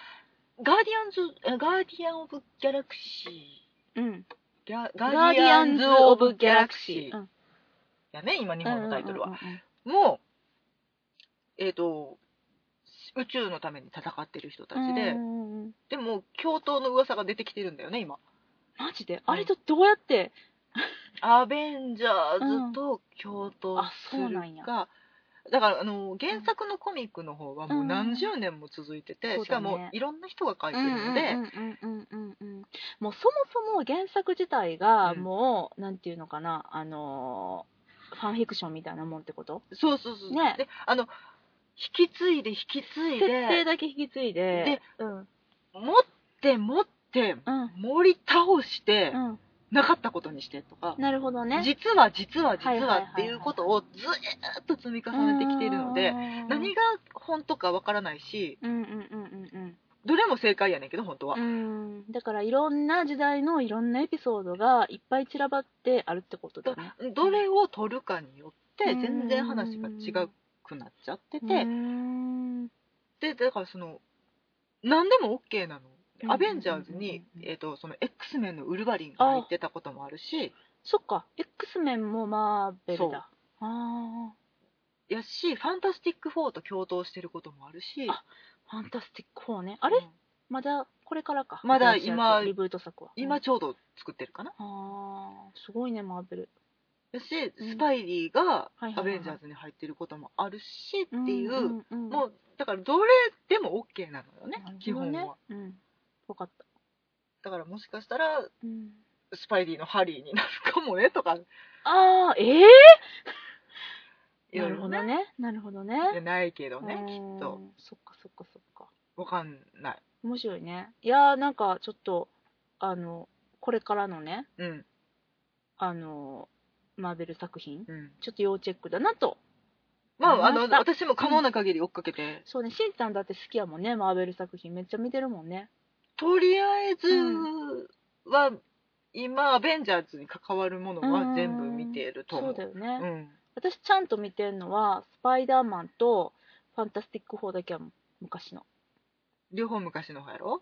ガーディアンズ、えガーディアン・オブ・ギャラクシー。うん。ギャガガーディアンズ・オブ・ギャラクシー。ーうんやね、今日本のタイトルは。。うんうんうんもう、えっ、と、宇宙のために戦ってる人たちで、うんうんうんでも、共闘の噂が出てきてるんだよね、今。マジであれとどうやって、アベンジャーズと共闘すあそうるなんやか、だからあの原作のコミックの方はもう何十年も続いてて、うんしそうかもだねいろんな人が書いてうるんので、うんうんうんうんうんもうそもそも原作自体がうんもう、なんていうのかなあのーファンフィクションみたいなもんってことそうそうそう、ねであの引き継いで引き継設い定でだけ引き継いででうん持って持ってうん盛り倒して、うんなかったことにしてとか、なるほどね実は実は実はいはいはいははいっていうことをずーっと積み重ねてきているので、何がが本当かわからないしうんうんうんうんどれも正解やねんけど本当は、うんうんだからいろんな時代のいろんなエピソードがいっぱい散らばってあるってことだねどれを取るかによってうん全然話が違くなっちゃってて、うんでだからその何でも OK なの。うんアベンジャーズにうん、えー、とその X メンのウルヴァリンが入ってたこともあるしそっか X メンもマーベルそうだあやしファンタスティック4と共闘してることもあるしああファンタスティック4ねあれうんまだこれからかまだ新しいやつ今リブート作は今うんちょうど作ってるかなあーすごいねマーベルだし、うんスパイリーがはいはいはいアベンジャーズに入ってることもあるしっていう、んうんんもうだからどれでも OK なのよなねるほどね基本は、うん分かっただからもしかしたらうんスパイリーのハリーになるかもねとかああええいなろいるろほねどねなるほどねじゃないけどねうんきっとそっかそっかそっかわかんない面白いねいやーなんかちょっとあのこれからのねうんあのマーベル作品うんちょっと要チェックだなとまあわあかりのました私も可能な限り追っかけて、そうねしんちゃんだって好きやもんねマーベル作品めっちゃ見てるもんねとりあえずうは、今アベンジャーズに関わるものは全部見ているとそ思ううだよね、うん私ちゃんと見てんのはスパイダーマンとファンタスティック4だけは昔の両方昔の方やろ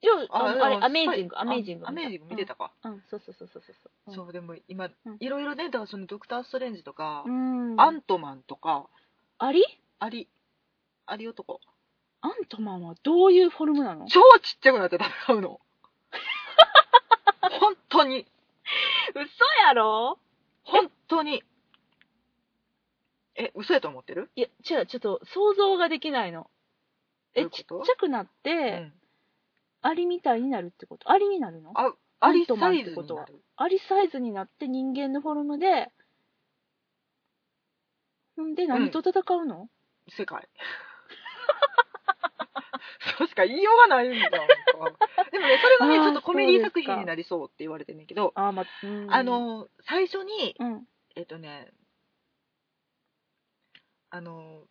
いやあのあれでもアメージングスパイアメージングあアメージング見てたか、うん、うんそうそうそうそうそうそうそうでも今、うんいろいろねだからそのドクター・ストレンジとか、うんアントマンとかありアリアリ男アントマンはどういうフォルムなの超ちっちゃくなって戦うの 本当に嘘やろ本当にえ嘘やと思ってる、いや違うちょっと想像ができないのえどういうこちっちとゃくなって、うんアリみたいになるってことアリになるのあアアンリトマサンっイてズにこなとはるアリサイズになって人間のフォルムでんで何と戦うの、世界 そうしか言いようがないんだよなんかでもねそれがねあーちょっとコメディ作そうですか品になりそうって言われてんだけどあーまあうんあの最初にうんえっとね、あの、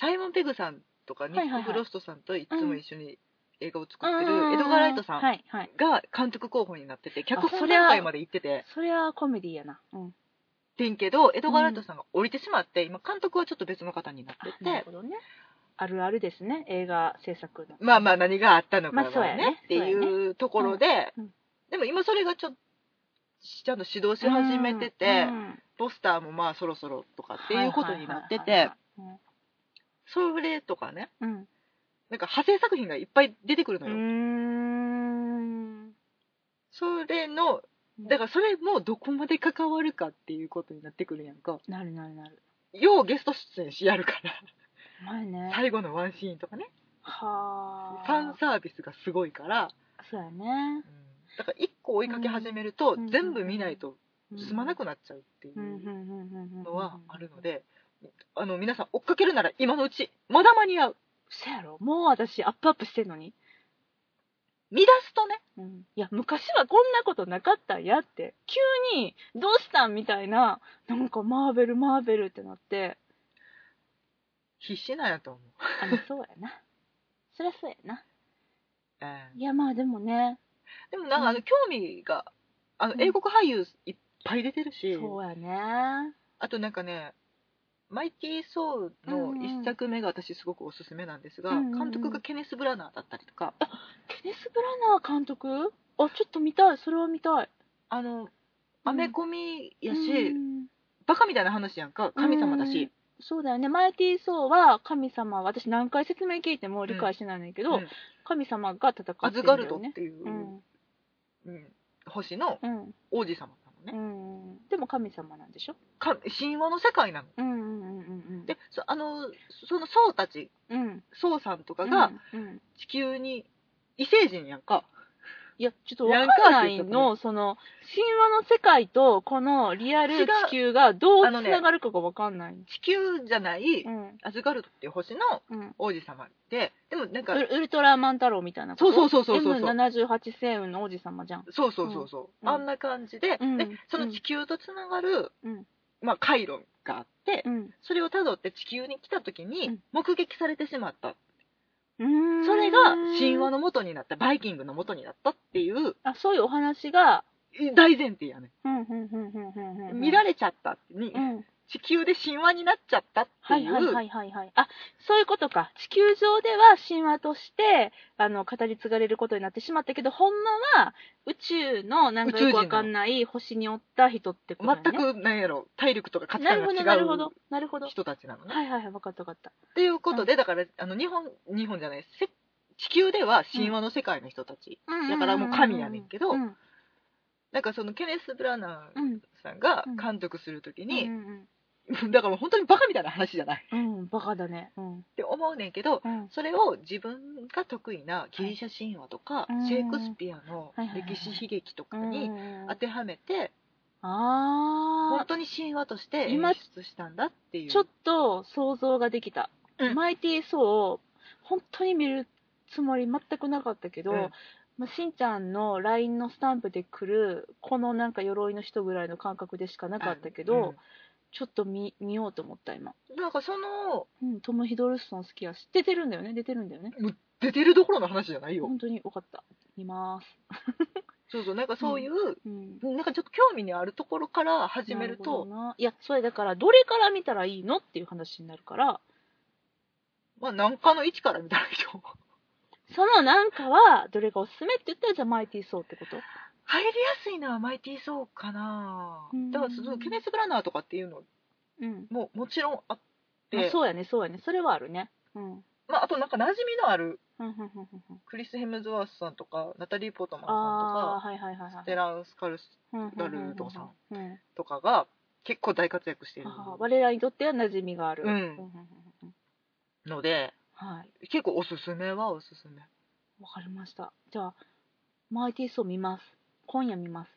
サイモン・ペグさんとか、ニはいはいはいック・フロストさんといつも一緒に映画を作うってんるエドガー・ライトさんはいはいが監督候補になってて、脚そ本りゃ段階まで行ってて、それはコメディやなうんてんけど、エドガー・ライトさんが降りてしまって、今、監督はちょっと別の方になってなるて、ほどねあるあるですね映画制作のまあまあ、何があったのかまあそうやはねねっていうところでうんうん、でも今、それがちょっと、ちゃんと指導し始めてて、ポスターもまあ、そろそろとかっていうことになってて、それとかね。うんなんか派生作品がいっぱい出てくるうのよ。んそれの、だからそれもどこまで関わるかっていうことになってくるやんか。なるなるなるようゲスト出演しやるか前ら、ね最後のワンシーンとかね、フはァンサービスがすごいから、そうやねだから一個追いかけ始めると、うん全部見ないとうん進まなくなっちゃうっていうんうんうんううんうんのはあるので、あの皆さん追っかけるなら今のうち、まだ間に合う。そやろもう私アップアップしてんのに見出すとね、うんいや昔はこんなことなかったんやって急に「どうしたん?」みたいななんかマーベルマーベルってなって必死なんやと思う。あのそうやなそりゃそうやなええいやまあでもねでもなんかあうの興味が、あのうん英国俳優いっぱい出てるし、そうやねあとなんかね、マイティー・ソーの一作目が私すごくおすすめなんですが、うんうん監督がケネス・ブラナーだったりとか、ケネス・ブラナー監督あちょっと見たいそれは見たいあの、アメコミやし、うんバカみたいな話やんか、神様だし。そうだよねマイティー・ソーは神様私何回説明聞いても理解してないねんだけど、うん神様が戦ってアるズんだガルドよっねていうう、んうん星のうん王子様うなのね、んうんでも神様なんでしょか神話の世界なのうんうんうんうんうんでそあのその僧たちうん僧さんとかがうんうん地球に異星人やんか、いやちょっとわからないなんかって言っのその神話の世界とこのリアル地球がどうあのつねながるかがわかんない地球じゃないうんアズガルトっていう星のうん王子様ででもなんかウルウルトラマン太郎みたいなそうそううそうそうそうそう M78 星雲の王子様じゃんそうそうそうそう、うんあんな感じで,、うんでその地球とつながる、うんまあ、回路があって、うんそれをたどって地球に来た時うにん目撃されてしまった、うーんそれが神話の元になったバイキングの元になったっていうあそういうお話が大前提やね、うんうんうんうんうんうん見られちゃったに、うん地球で神話になっちゃったってはいいう、はいはいはいはい。あ、そういうことか。地球上では神話として、あの、語り継がれることになってしまったけど、ほんまは宇宙のなんかよくわかんない星におった人ってことだよね。全くなんやろ体力とか価値なる観ほど、がな違るほどう、なるほど。は人たちなのね。いはいはい、わかったわかった。ということで、だからあの日本日本じゃないせ地球では神話の世界の人たち、だからもう神やねんけどうんなんかそのケネス・ブラナうーん。さんがうん監督するときうに、ん だからもう本当にバカみたいな話じゃないっうん、うん、バカだね。うん。て思うねんけどうん。それを自分が得意なギリシャ神話とか、うんシェイクスピアのはいはいはい歴史悲劇とかうんに当てはめて、あ本当に神話として演今出したんだっていうー、ちょっと想像ができた。うんマイティー・ソー、本当に見るつもり全くなかったけど、うんまあ、しんちゃんの LINE のスタンプで来るこのなんか鎧の人ぐらいの感覚でしかなかったけど、ちょっと見見ようと思った今、うんなんかそのうん、トム・ヒドルストン好きやし出てるんだよね出てるんだよねもう出てるどころの話じゃないよ、本当によかった見ます、そうそうなんかそういう、うん、なんかちょっと興味のあるところから始めなるほとどないやそれだからどれから見たらいいのっていう話になるからまあ何かの位置からみたいな人そのなんかはどれがおすすめって言ったらじゃあマイティー・ソーってこと 入りやすいのはマイティー・ソーかなうんだからそのケネス・ブラナーとかっていうのうん、ももちろんあっまあてそうやねそうやねそれはあるねうんまあ、あとなんか馴染みのあるうんうんうんうんうんクリス・ヘムズワースさんとかナタリー・ポートマンああさはいはいはいんはとかいステラン・スカルスダルドさん、うんうんうんうんとかが結構大活躍しているあー我らにとっては馴染みがある、うんうんのではい結構おすすめはおすすめわかりましたじゃあマイティーソー見ます今夜見ます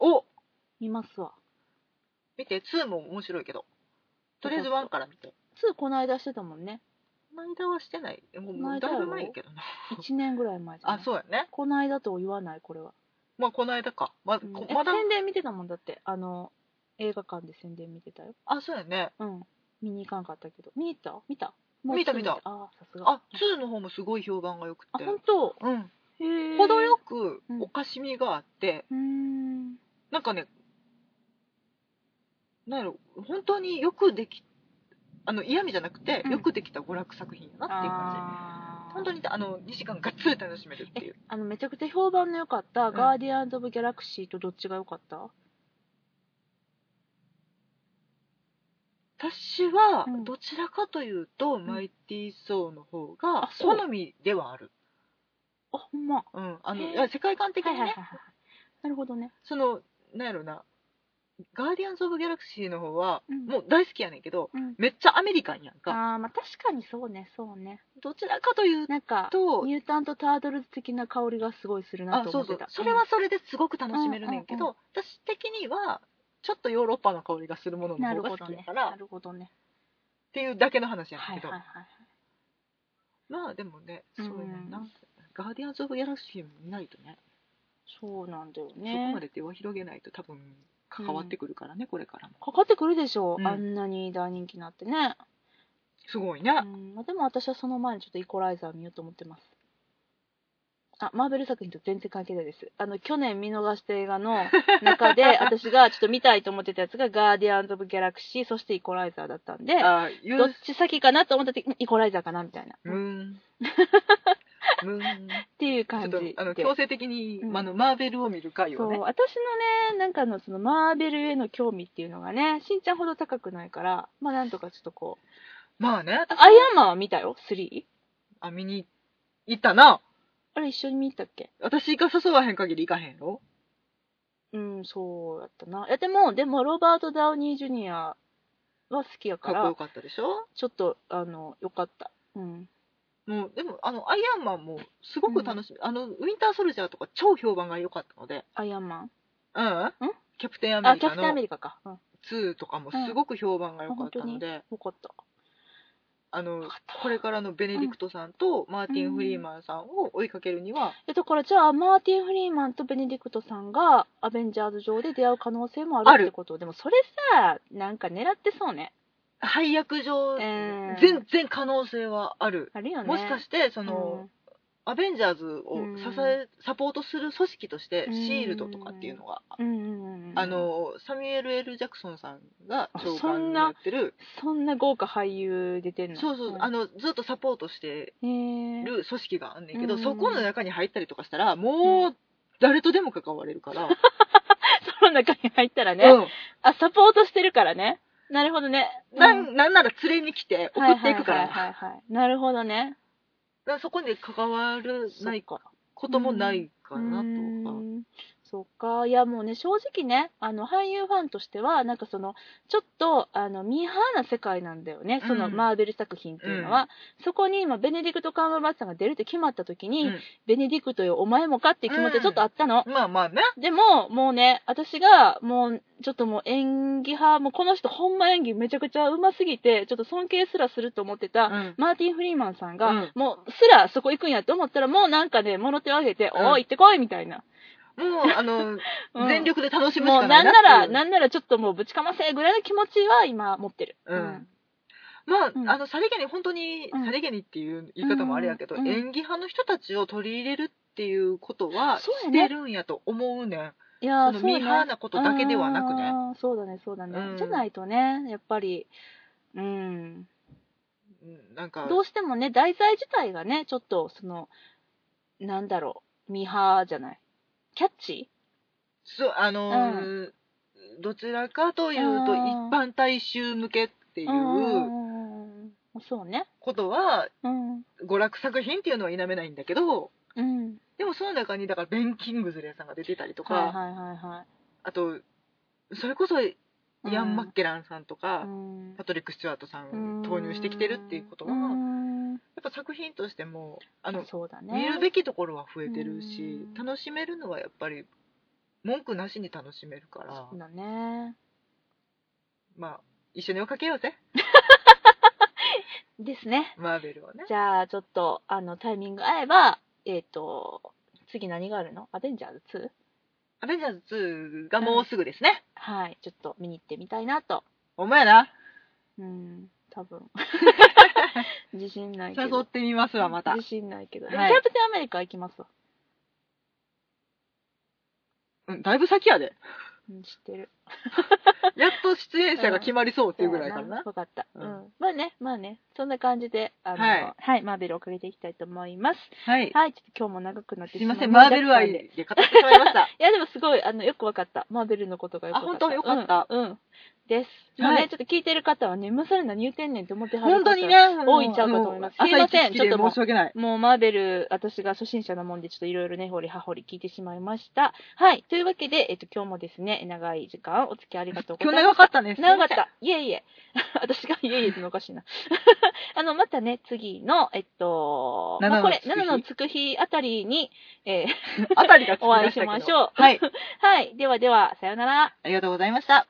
お見ますわ見て2も面白いけどとりあえず1から見て2この間してたもんねこの間はしてないもうこのもう間だやいろぶ前やけどな1年ぐらい前じゃないあそうやねこの間とは言わないこれは、まあこの間かま,、うんこえまだ宣伝見てたもんだってあの映画館で宣伝見てたよあそうやねうん見に行かんかったけど見に行った見た見た見たああーさすがあ2の方もすごい評判が良くあて本当うんへー程よくうんおかしみがあって、うーんなんかねなんやろ本当によくできあの嫌味じゃなくて、うんよくできた娯楽作品やなっていう感あじー本当にあの2時間がっつり楽しめるっていうあのめちゃくちゃ評判の良かった「んガーディアンズ・オブ・ギャラクシー」とどっちが良かった私はうんどちらかというと、んマイティー・ソーの方あがそう好みではあるあほんまはうんあのへーいや世界観い的はにいね、はいはいなるほどねそのなんやろなガーディアンズ・オブ・ギャラクシーの方は、うんもう大好きやねんけどうんめっちゃアメリカンやんかあーまあ確かにそうねそうねどちらかというなんかとミュータント・タートルズ的な香りがすごいするなあとそ思っうそてうたそれはそれですごく楽しめるねんけど、うん私的にはちょっとヨーロッパの香りがするものうんなるの方がほ好どきやねから、なるほどねっていうだけの話やねんはいけど、はいはいまあでもねそうやねんな、うんガーディアンズ・オブ・ギャラクシーも見ないとねそうなんだよそこねまで手を広げないと多分関わってくるからね、これからもかかってくるでしょ、うんあんなに大人気になってね、すごい ね、うんまあ、でも私はその前にちょっとイコライザー見ようと思ってますあマーベル作品と全然関係ないですあの去年見逃した映画 の中で私がちょっと見たいと思ってたやつが「ガーディアンズ・オブ・ギャラクシー」そして「イコライザー」だったんでどあユっち先かなと思った時イコライザーかなみたいな、ムーっ ンムーンていうちょっ感とじあので強制的に、うんあのマーベルを見る回そをうね私のねなんかのそのマーベルへの興味っていうのがねしんちゃんほど高くないからまあなんとかちょっとこうまあねあアイアンマンは見たよ 3? あ見に行ったなあれ一緒に見たっけ私が誘わへん限り行かへんやろうん、そうやったな。いや、でも、でも、ロバート・ダウニー・ジュニアは好きやかかっこらよ、かったでしょちょっと、あの、よかった。うん。もうでもあのアイアンマンもすごく楽しみ、あのウィンターソルジャーとか超評判が良かったので、アイアンマン。うんんキャプテンアメあ、リキャカプテンアメのリカか。うん。 2とかもすごく評判が良かったので、よかった。あのよかったこれからのベネディクトさんとマーティン・フリーマンさんを追いかけるには、え、だから、じゃあ、マーティン・フリーマンとベネディクトさんが、アベンジャーズ上で出会う可能性もああるるってこと。でも、それさ、なんか狙ってそうね。配役上、えー全然可能性はある、あるよね。もしかししてそたの、アベンジャーズを支えサポートする組織としてうんシールドとかっていうのが、うんうんうん。あ、のサミュエル・ L ・ジャクソンさんがあ長そん官にななってるそんな豪華俳優出てんのそうそう、んあのずっとサポートしてへえる組織があんねんけうど、んそこの中に入ったりとかしたらもう誰とでも関われ るから、 その中に入ったらね、うあ、サポートしてるからね。なるほどね。ん、なうんなんなら連れに来て送っていくから,、はいはいはいはいはい。なるほどね。だからそこに関わらないか。こともないかなとうか、んそっか。いや、もうね、正直ね、あの、俳優ファンとしては、なんかその、ちょっと、あの、ミーハーな世界なんだよね。その、うんマーベル作品っていうのは。そこに今、ベネディクト・カンバーバッチさんが出るって決まった時に、うんベネディクトよ、お前もかっていう気持ちがちょっとあったの。まあまあねでも、もうね、私が、もう、ちょっともう演技派、もうこの人ほんま演技めちゃくちゃうますぎて、ちょっと尊敬すらすると思ってた、うんマーティン・フリーマンさんが、うんもうすらそこ行くんやと思ったら、もうなんかね、もろ手を挙げて、うんおー行ってこいみたいな。もうあの、うん全力で楽しむしもうかなないんななら、っていうなんならちょっともうぶちかませぐらいの気持ちは今持ってる。うんまあ、うんあのさりげに本当に、うんさりげにっていう言い方もあれやけど、うんうん演技派の人たちを取り入れるっていうことはそうやしねてるんやと思うねんいやー、そそうのミーハーね。なことだけではなくねあーそうだね、そうだね。うんじゃないとね、やっぱり、うん。うんなんかどうしてもね、題材自体がね、ちょっと、その、なんだろう、ミーハーじゃない。キャッチそうあのーどちらかというとう一ん般大衆向けっていうんうんううんうん。そうね。ことはうん。娯楽作品っていうのは否めないんだけどうん。でもその中にだからベン・キングズレーさんが出てたりとか、はいはいはいはあとそれこそイい。アン・マッケランさんとか、うんパトリック・スチュワートさん投入してきてるっていうことは、うんやっぱ作品としてもあの、そうだね。見るべきところは増えてるうしん楽しめるのはやっぱり文句なしに楽しめるからそうだね。まあ一緒に追っかけようぜですね。マーベルをねじゃあ、ちょっと、あの、タイミング合えば、えっ、と、次何があるのアベンジャーズ 2? アベンジャーズ2がもうすぐですね、はい。ちょっと見に行ってみたいなと。お前なうん。多 分。自信ないけど。誘ってみますわまた自信ないけど。でもはいキャプテンアメリカ行きますわ。うんだいぶ先やでうん、知ってる。やっと出演者が決まりそうっていうぐらいかそうやらなわかった。ううんん。まあね、まあね。そんな感じで、あの、はいはい、マーベルをかけていきたいと思います。はいはい、ちょっと今日も長くなってすいませんまマいーベル愛で。で語ってしまいました いや、でもすごい、あの、よくわかった。マーベルのことがよくわかった。あ本当よかったうん。うんです。まあね、はいちょっと聞いてる方はね、今更何言うてんねんって思ってはる本当にね多いんちゃうかと思いますもうすいません朝一式ちょでっともう申し訳ないもうマーベル、私が初心者なもんで、ちょっといろいろね、掘り葉掘り聞いてしまいました。はい。というわけで、えっと、今日もですね、長い時間お付き合いありがとうご今ざい日ます。長かったねすいません長かった。いえい え。私がいえいえってのおかしいな。 あの、またね、次の、えっと、まあ、これ、七7ののつく日あたりに、えーあたりがつきお会いまししたけどましょうはいはい。ではでは、さようなら。ありがとうございました